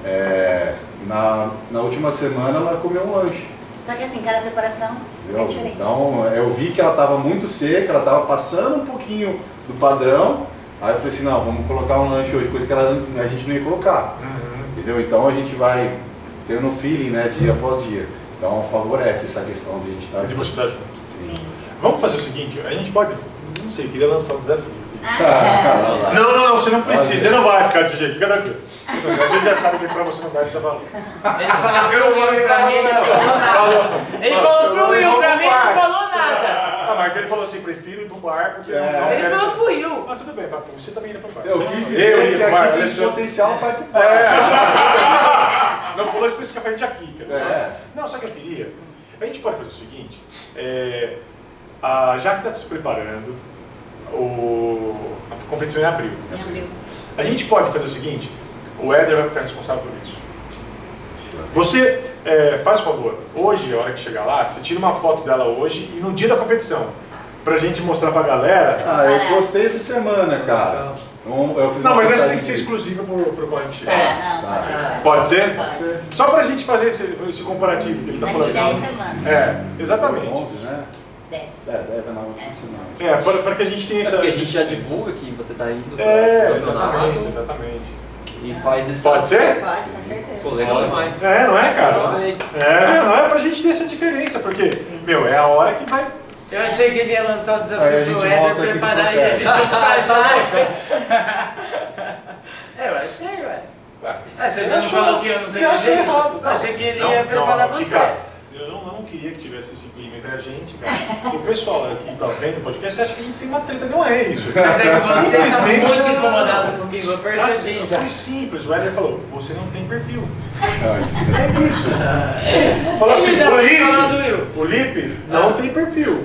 D: é, na, na última semana ela comeu um lanche.
F: Só que assim, cada preparação é
D: entendeu?
F: diferente.
D: então eu vi que ela estava muito seca, ela estava passando um pouquinho do padrão. Aí eu falei assim, não, vamos colocar um lanche hoje, coisa que ela, a gente não ia colocar.
E: Uhum.
D: Entendeu? Então a gente vai tendo um feeling, né, dia após dia. Então favorece essa questão de a gente tá estar
E: De
D: junto.
E: você estar junto.
D: Sim.
E: Vamos fazer o seguinte, a gente pode. Não sei, eu queria lançar um desafio.
D: Ah,
E: Não, não, não, você não precisa, você não vai ficar desse jeito, fica tranquilo. A gente tá já sabe que pra você não vai, já falou.
B: Ele falou pro Will pra mim, não falou nada. Ele falou pro Will pra mim, não falou nada.
E: Ah, mas ele falou assim, prefiro ir pro bar porque não, não
B: Ele
E: quero-
B: falou pro Will.
E: Ah, tudo bem, papo, você também ia pro bar.
D: É. Eu quis dizer
E: Eu ia
D: que
E: pro bar,
D: aqui tem
E: Alexandre.
D: potencial para pro bar.
E: É. Não falou especificamente aqui, cara.
D: É.
E: Não, sabe o que eu queria? A gente pode fazer o seguinte, é, a, já que está se preparando, o, a competição é em abril.
F: Em abril.
E: A gente pode fazer o seguinte, o Éder vai ficar responsável por isso. Você é, faz o favor, hoje, a hora que chegar lá, você tira uma foto dela hoje e no dia da competição. Pra gente mostrar pra galera.
D: Ah, eu postei essa semana, cara. Um- Eu fiz
E: Não,
D: uma
E: mas essa
D: postagem
E: tem que ser
D: de-
E: exclusiva pro, pro corrente chegar.
F: É, não,
D: Tá.
F: pode deixar.
E: Pode ser?
F: Pode.
E: Só pra gente fazer esse, esse comparativo que ele tá
F: Daqui
E: falando.
F: 10 semanas.
E: É, exatamente.
D: 11, né?
F: 10.
D: É, deve na última semana.
E: É, pra, pra que a gente tenha
C: É
E: essa.
C: porque a gente já divulga que você tá indo pra
E: É,
C: campeonato
E: exatamente, exatamente.
C: e faz esse.
E: Pode ser?
F: Pode, com
C: Pô,
F: certeza.
C: legal demais.
E: É, não é, cara?
C: Exatamente.
E: É, não é pra gente ter essa diferença, porque, meu, é a hora que vai.
B: Eu achei que ele ia lançar o
D: Aí a
B: desafio
D: gente
B: pro Éder
D: volta aqui
B: preparar
D: pro
B: e ele [laughs]
D: podcast.
B: junto com a Jaica. É, Eu achei, ué. Ah, você já não
E: achou-
B: falou que eu não sei
E: Você achou
B: direito?
E: errado.
B: Achei que ele ia preparar
E: Ricardo,
B: você.
E: Eu não, eu não queria que tivesse esse clima entre a gente, cara. O pessoal que tá vendo o podcast acha que tem uma treta, não é isso.
B: Mas é que você tá
E: Simplesmente-
B: muito incomodado comigo, eu
E: Assim,
B: percebi já.
E: foi simples, o Heller falou, você não tem perfil.
D: Ai,
E: É isso. Falou assim,
B: Ainda
E: o
B: bem que falou do
E: Lipe,
B: Will.
E: o Lipe não tem perfil.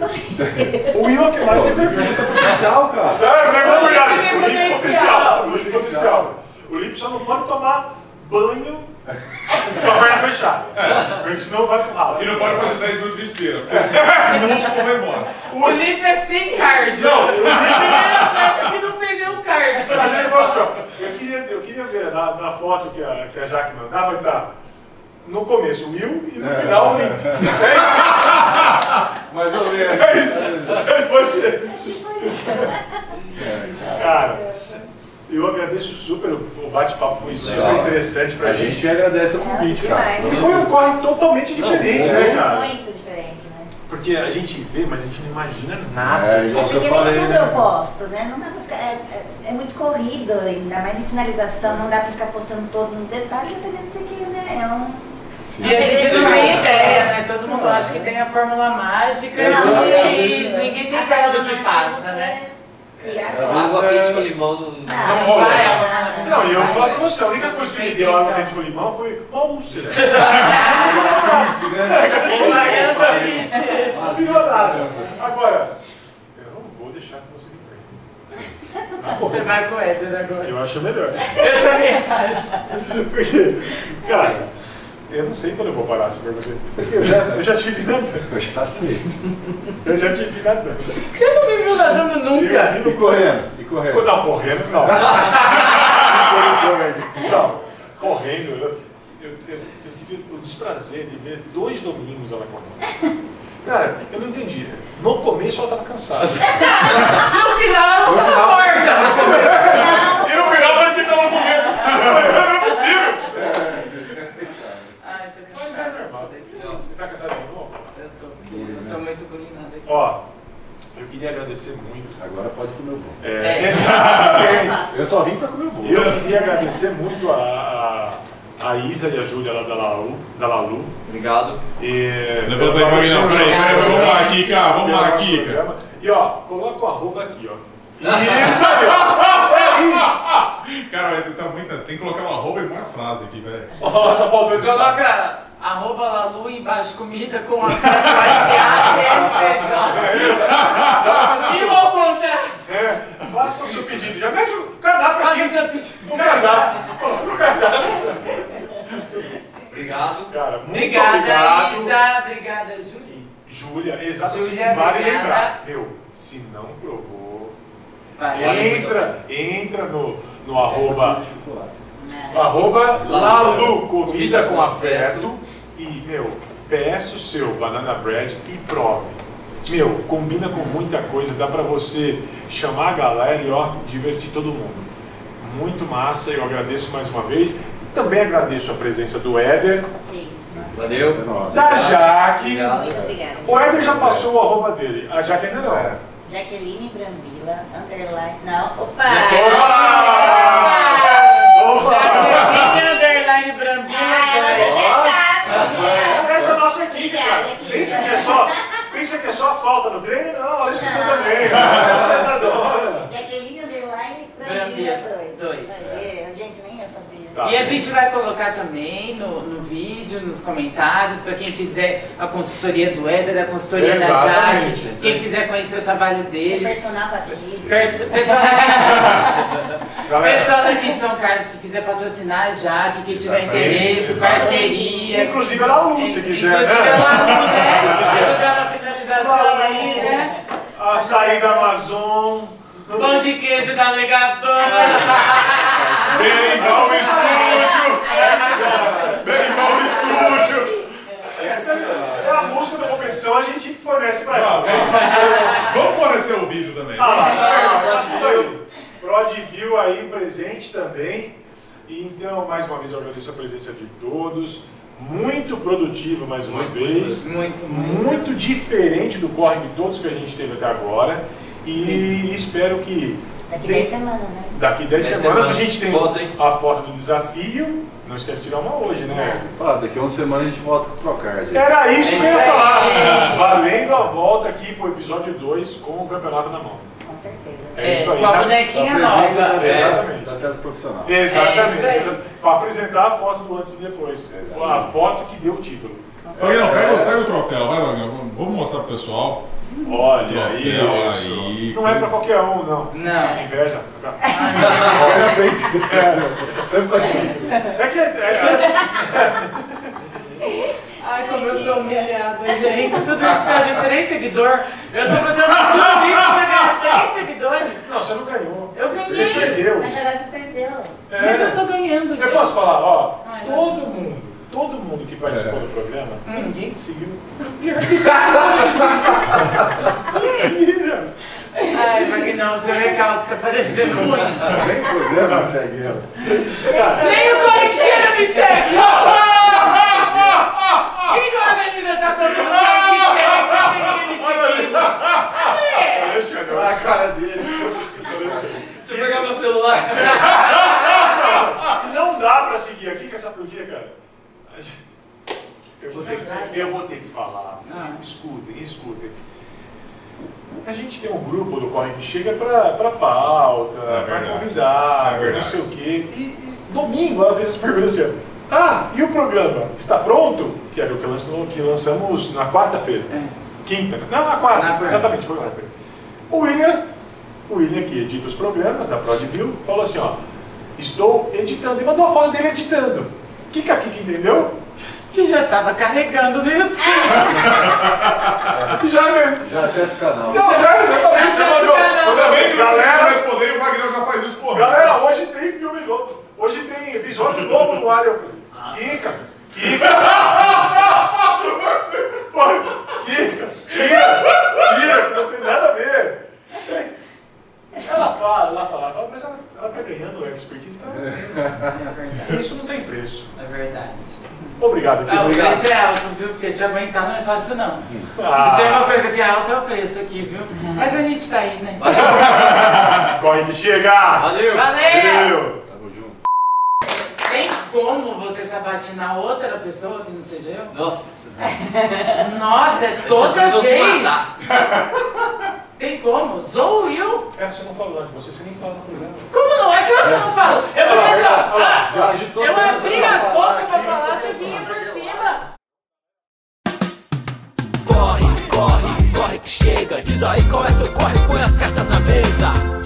E: O Will é o que mais tem perfil.
D: Potencial, cara.
E: É, não é
B: O Lipe
E: verdade.
B: tem
E: O Lipe
B: potencial.
E: potencial. O Lipe potencial. O Lipe só não pode tomar banho com a perna fechada. Porque senão vai pro ralo.
G: E não pode fazer 10 minutos de esteira, porque senão o músculo vai embora.
B: O Lipe é sem cardio.
E: Não, o
B: o Lipe é atleta que não fez nenhum cardio.
E: A gente falou assim, ó, eu queria, eu queria ver na, na foto que a, que a Jaque mandava, tá no começo o Will e no
G: É.
E: final É o Lipe.
D: Mais ou menos. É isso.
E: [laughs] Mas você-
F: É tipo isso.
E: Cara, eu agradeço super, o o bate-papo foi super
C: Legal.
E: interessante pra
D: A
E: gente.
D: gente que agradece o
F: Nossa,
D: convite,
F: demais.
D: cara.
E: E foi um corre totalmente diferente,
D: é.
E: né, cara?
F: Muito diferente, né?
E: Porque a gente vê, mas a gente não imagina
D: É,
E: nada.
D: e-
F: É
D: Como
F: porque
D: eu
F: nem
D: falei,
F: tudo
D: né?
F: eu posto, né? Não dá pra ficar. É, é- é muito corrido, ainda mais em finalização, não dá pra ficar postando todos os detalhes, até mesmo porque, né? É um.
B: E a gente não tem ideia, né? Todo mundo acha que tem a fórmula mágica
F: Não,
B: e
F: é-
B: ninguém tem
F: a
B: ideia do
F: forma
B: que
F: de
B: passa,
F: você
B: né?
F: Criar
D: Às
F: coisas.
C: Água
D: vezes,
C: quente
D: é-
C: com limão não.
F: Ah,
E: Não rola.
F: vai,
E: Não, e eu
C: Vai,
E: falo
C: vai.
E: pra você, a única coisa que me deu água dentro com limão foi uma úlcera.
B: Ou largar essa mídia.
E: Não virou nada. Agora, eu não vou deixar que você me perca. Na
B: Você
E: boa.
B: vai com o Éder agora.
E: Eu acho melhor.
B: Eu também acho.
E: Porque, cara, eu não sei quando eu vou parar, se for você. Eu já, eu já tive nadando.
D: Eu já sei.
E: Eu já tive nadando.
B: Você não me viu nadando nunca.
E: Eu
D: E correndo, e correndo.
E: Não, correndo não. um
D: Misericórdia.
E: Não, correndo. Eu, eu, eu- eu tive o desprazer de ver dois domingos ela correndo. Cara, eu não entendi. No começo ela tava cansada.
B: No final, ela
D: No
B: tava
D: final,
B: morta.
E: E no final parecia que ela no
G: [laughs]
E: começo. Não é possível.
B: Ai, tô
E: Mas é
B: cansada disso
E: normal.
B: daqui.
E: Você tá cansado de novo?
B: Eu tô, porque eu sou muito bulinada aqui.
E: Ó, eu queria agradecer muito.
D: Agora pode comer o bolo.
E: É, [laughs]
B: É.
D: Eu só vim pra comer o bolo.
E: Eu queria agradecer muito a, a, a Isa e a Júlia lá da Lalu. Da Lalu.
C: Obrigado.
E: E, um
G: Levanta aí pra mim, não, peraí, peraí, vamos lá, Kika, vamos lá, Kika.
E: E ó, coloca o arroba aqui, [laughs] ó. Isso aí, ó. [laughs]
G: Cara, vai tentar muita. Tem que colocar uma arroba e uma frase aqui, peraí.
E: Ó, tá faltando espaço.
B: Coloca arroba Lalu embaixo comida com a CNPJ. E vou contar.
E: É, faça o seu pedido, já mexe o cardápio
B: Faça
E: aqui.
B: essa pedida.
E: O cardápio.
C: Obrigado.
E: Cara, muito
B: Obrigada,
E: obrigado.
B: Isa. Obrigada, Julie.
E: Júlia, exatamente.
B: Júlia,
E: vale
B: obrigada.
E: lembrar. Meu, se não provou,
B: Valeu.
C: muito
E: entra, entra no, no arroba,
D: de chocolate.
E: arroba
C: Lalu,
E: Lalu, comida com
C: com
E: afeto. E, meu, peça o seu banana bread e prove. Meu, combina com muita coisa, dá pra você chamar a galera e, ó, divertir todo mundo. Muito massa, eu agradeço mais uma vez. Também agradeço a presença do Éder,
F: É isso, nossa.
C: Valeu.
D: É nóis.
E: da Jaque.
C: Obrigado.
F: Muito obrigada.
E: O Éder já passou o arroba dele, a Jaque ainda não.
D: É.
F: Jaqueline Brambila, underline. Não, opa!
E: Opa!
B: Jaqueline Underline Brambila.
F: Ah,
B: dois.
D: Ah,
F: ela
E: Essa é a nossa equipe, cara.
F: Obrigada, querida.
E: Pensa que é só, pensa que é só a falta no treino? Não, ela escuta também.
F: Ah.
E: Ela é pesadona.
F: é Jaqueline Underline
B: Brambila
F: Brambila 2.
B: dois.
F: Aê, Gente, nem eu sabia.
E: Tá.
B: E a gente vai colocar também no, no vídeo, nos comentários, para quem quiser a consultoria do Éder, a consultoria da
E: Exatamente,
B: Jaque,
C: exatamente.
B: quem quiser conhecer o trabalho
F: É
B: deles.
F: personal pra mim.
B: Perso- Pessoal,
E: Galera,
B: pessoal daqui de São Carlos que quiser patrocinar a Jaque, que tiver interesse,
G: exatamente.
B: parcerias.
E: inclusive ela Lu, se quiser,
B: Inclusive
E: né?
B: ela,
E: [laughs]
B: né? Ajudar na finalização aí, né?
E: Açaí da Amazon.
B: Pão de queijo da Legabana. [laughs]
G: Berimbau Estúdio! Berimbau Estúdio!
E: Essa é a música da competição, a gente fornece pra
G: Ah,
E: ela.
G: vamos- Vamos fornecer o vídeo também.
E: Ah, lá, Prod Bill aí presente também. Então, mais uma vez, eu agradeço a presença de todos. Muito produtivo, mais uma
C: Muito
E: vez.
B: Muito, muito.
E: Muito diferente do corre de todos que a gente teve até agora. E espero que
F: Daqui
E: de-
F: 10 semanas, né?
E: daqui 10
C: Dez
E: semanas, a
C: semanas.
E: gente tenha
C: Foto, hein?
E: a foto do desafio Não esquece de tirar uma hoje, né?
D: Fala, daqui a uma semana a gente volta com o Procard. Tá
E: Era isso que eu ia
B: É.
E: falar. Valendo a volta aqui pro episódio 2 com o campeonato na mão.
F: Com certeza.
E: É,
B: É,
E: isso aí.
B: com a
E: né?
B: bonequinha
D: presença
B: nova.
D: da-
E: é.
D: da- daquela profissional.
E: Exatamente.
B: É isso aí.
E: Para apresentar a foto do antes e depois. A foto que deu o título.
G: Vagnão, pega, o- pega o troféu, vai, Vagnão. Vamos- Vamos mostrar pro pessoal.
E: Olha aí,
G: Troféu
E: isso.
G: aí,
E: Não é
G: coisa.
E: pra qualquer um, não.
B: Não.
E: Inveja.
B: É.
D: Olha na frente. Tampa aqui.
E: É que é,
B: Ai, como eu sou humilhada, gente. Tudo isso perde três seguidores. Eu tô fazendo tudo isso pra ganhar três seguidores.
E: é- não, você não ganhou.
B: Eu
E: Você
B: ganhei.
E: perdeu.
F: Mas agora você perdeu.
E: É.
B: Mas eu tô ganhando, gente.
E: Eu posso falar, ó,
B: Ai, não.
E: todo mundo, todo mundo que participou do programa,
B: Hum.
E: ninguém te
B: [laughs]
E: seguiu. Mentira!
B: Ai, Magnão, seu recalque tá parecendo muito.
D: Nem problema, segue ela.
B: Nem o Corinthians me segue! Quem que organiza essa conta do Corinthians? É.
E: É Alexandre,
D: A cara dele.
C: Deixa eu pegar meu celular.
E: [laughs] Não dá pra seguir aqui com essa porquê, cara. Eu vou, ter, que- eu vou ter que falar. Escutem, escutem. A gente tem um grupo do Corre que chega pra, pra pauta,
G: É
E: pra
G: verdade.
E: convidar,
G: É
E: pra não
G: verdade.
E: sei o quê. E, e domingo ela fez essa pergunta assim: ó, Ah, e o programa? Está pronto? Que era o que, lançou, que lançamos na quarta-feira. Quinta, né? não, na quarta,
B: É. Na quarta.
E: exatamente, foi quarta. O William, o William que edita os programas da ProdBill, falou assim, ó, estou editando, e mandou a foto dele editando. Kika Kika entendeu?
B: Que já tava carregando no YouTube.
E: [laughs] Já, né?
D: Já acessa o canal.
E: Não, já, exatamente, já mandou.
G: Ainda bem que eu não preciso
E: Galera,
G: responder, o Vagnão já faz isso por mim.
E: galera, hoje tem filme novo, hoje tem episódio novo no ar, eu falei, Kika, [laughs] Kika. Pô, Kika, tira, tira, não tem nada a ver. Ela fala, ela fala, ela fala, mas ela, ela tá ganhando a expertise que ela
B: É verdade.
E: Isso não tem preço.
B: É verdade.
E: Obrigado,
B: Ah, o
E: Kiko.
B: preço é alto, viu? Porque te aguentar não é fácil, não. Se tem
E: Ah,
B: uma coisa que é alta, é o preço aqui, viu? Mas a gente tá aí, né?
E: corre que chega!
C: Valeu.
B: Valeu!
E: Valeu!
D: Tamo junto.
B: Tem como você sabatinar outra pessoa que não seja eu?
C: Nossa senhora.
B: Nossa, é
C: Essas
B: toda
C: pessoas vão se
B: vez!
C: matar.
B: [laughs] Tem como? Zou eu?
E: Cara, você não falou de você, você nem fala coisa.
B: Como não? É claro que eu não falo! Eu vou fazer só. "Ah!"
D: Já agitou
B: Eu
D: tanto
B: abri a
D: pra
B: boca pra
D: aqui.
B: falar, você vinha por cima!
A: Corre, corre, corre que chega. Diz aí qual é seu corre, põe as cartas na mesa.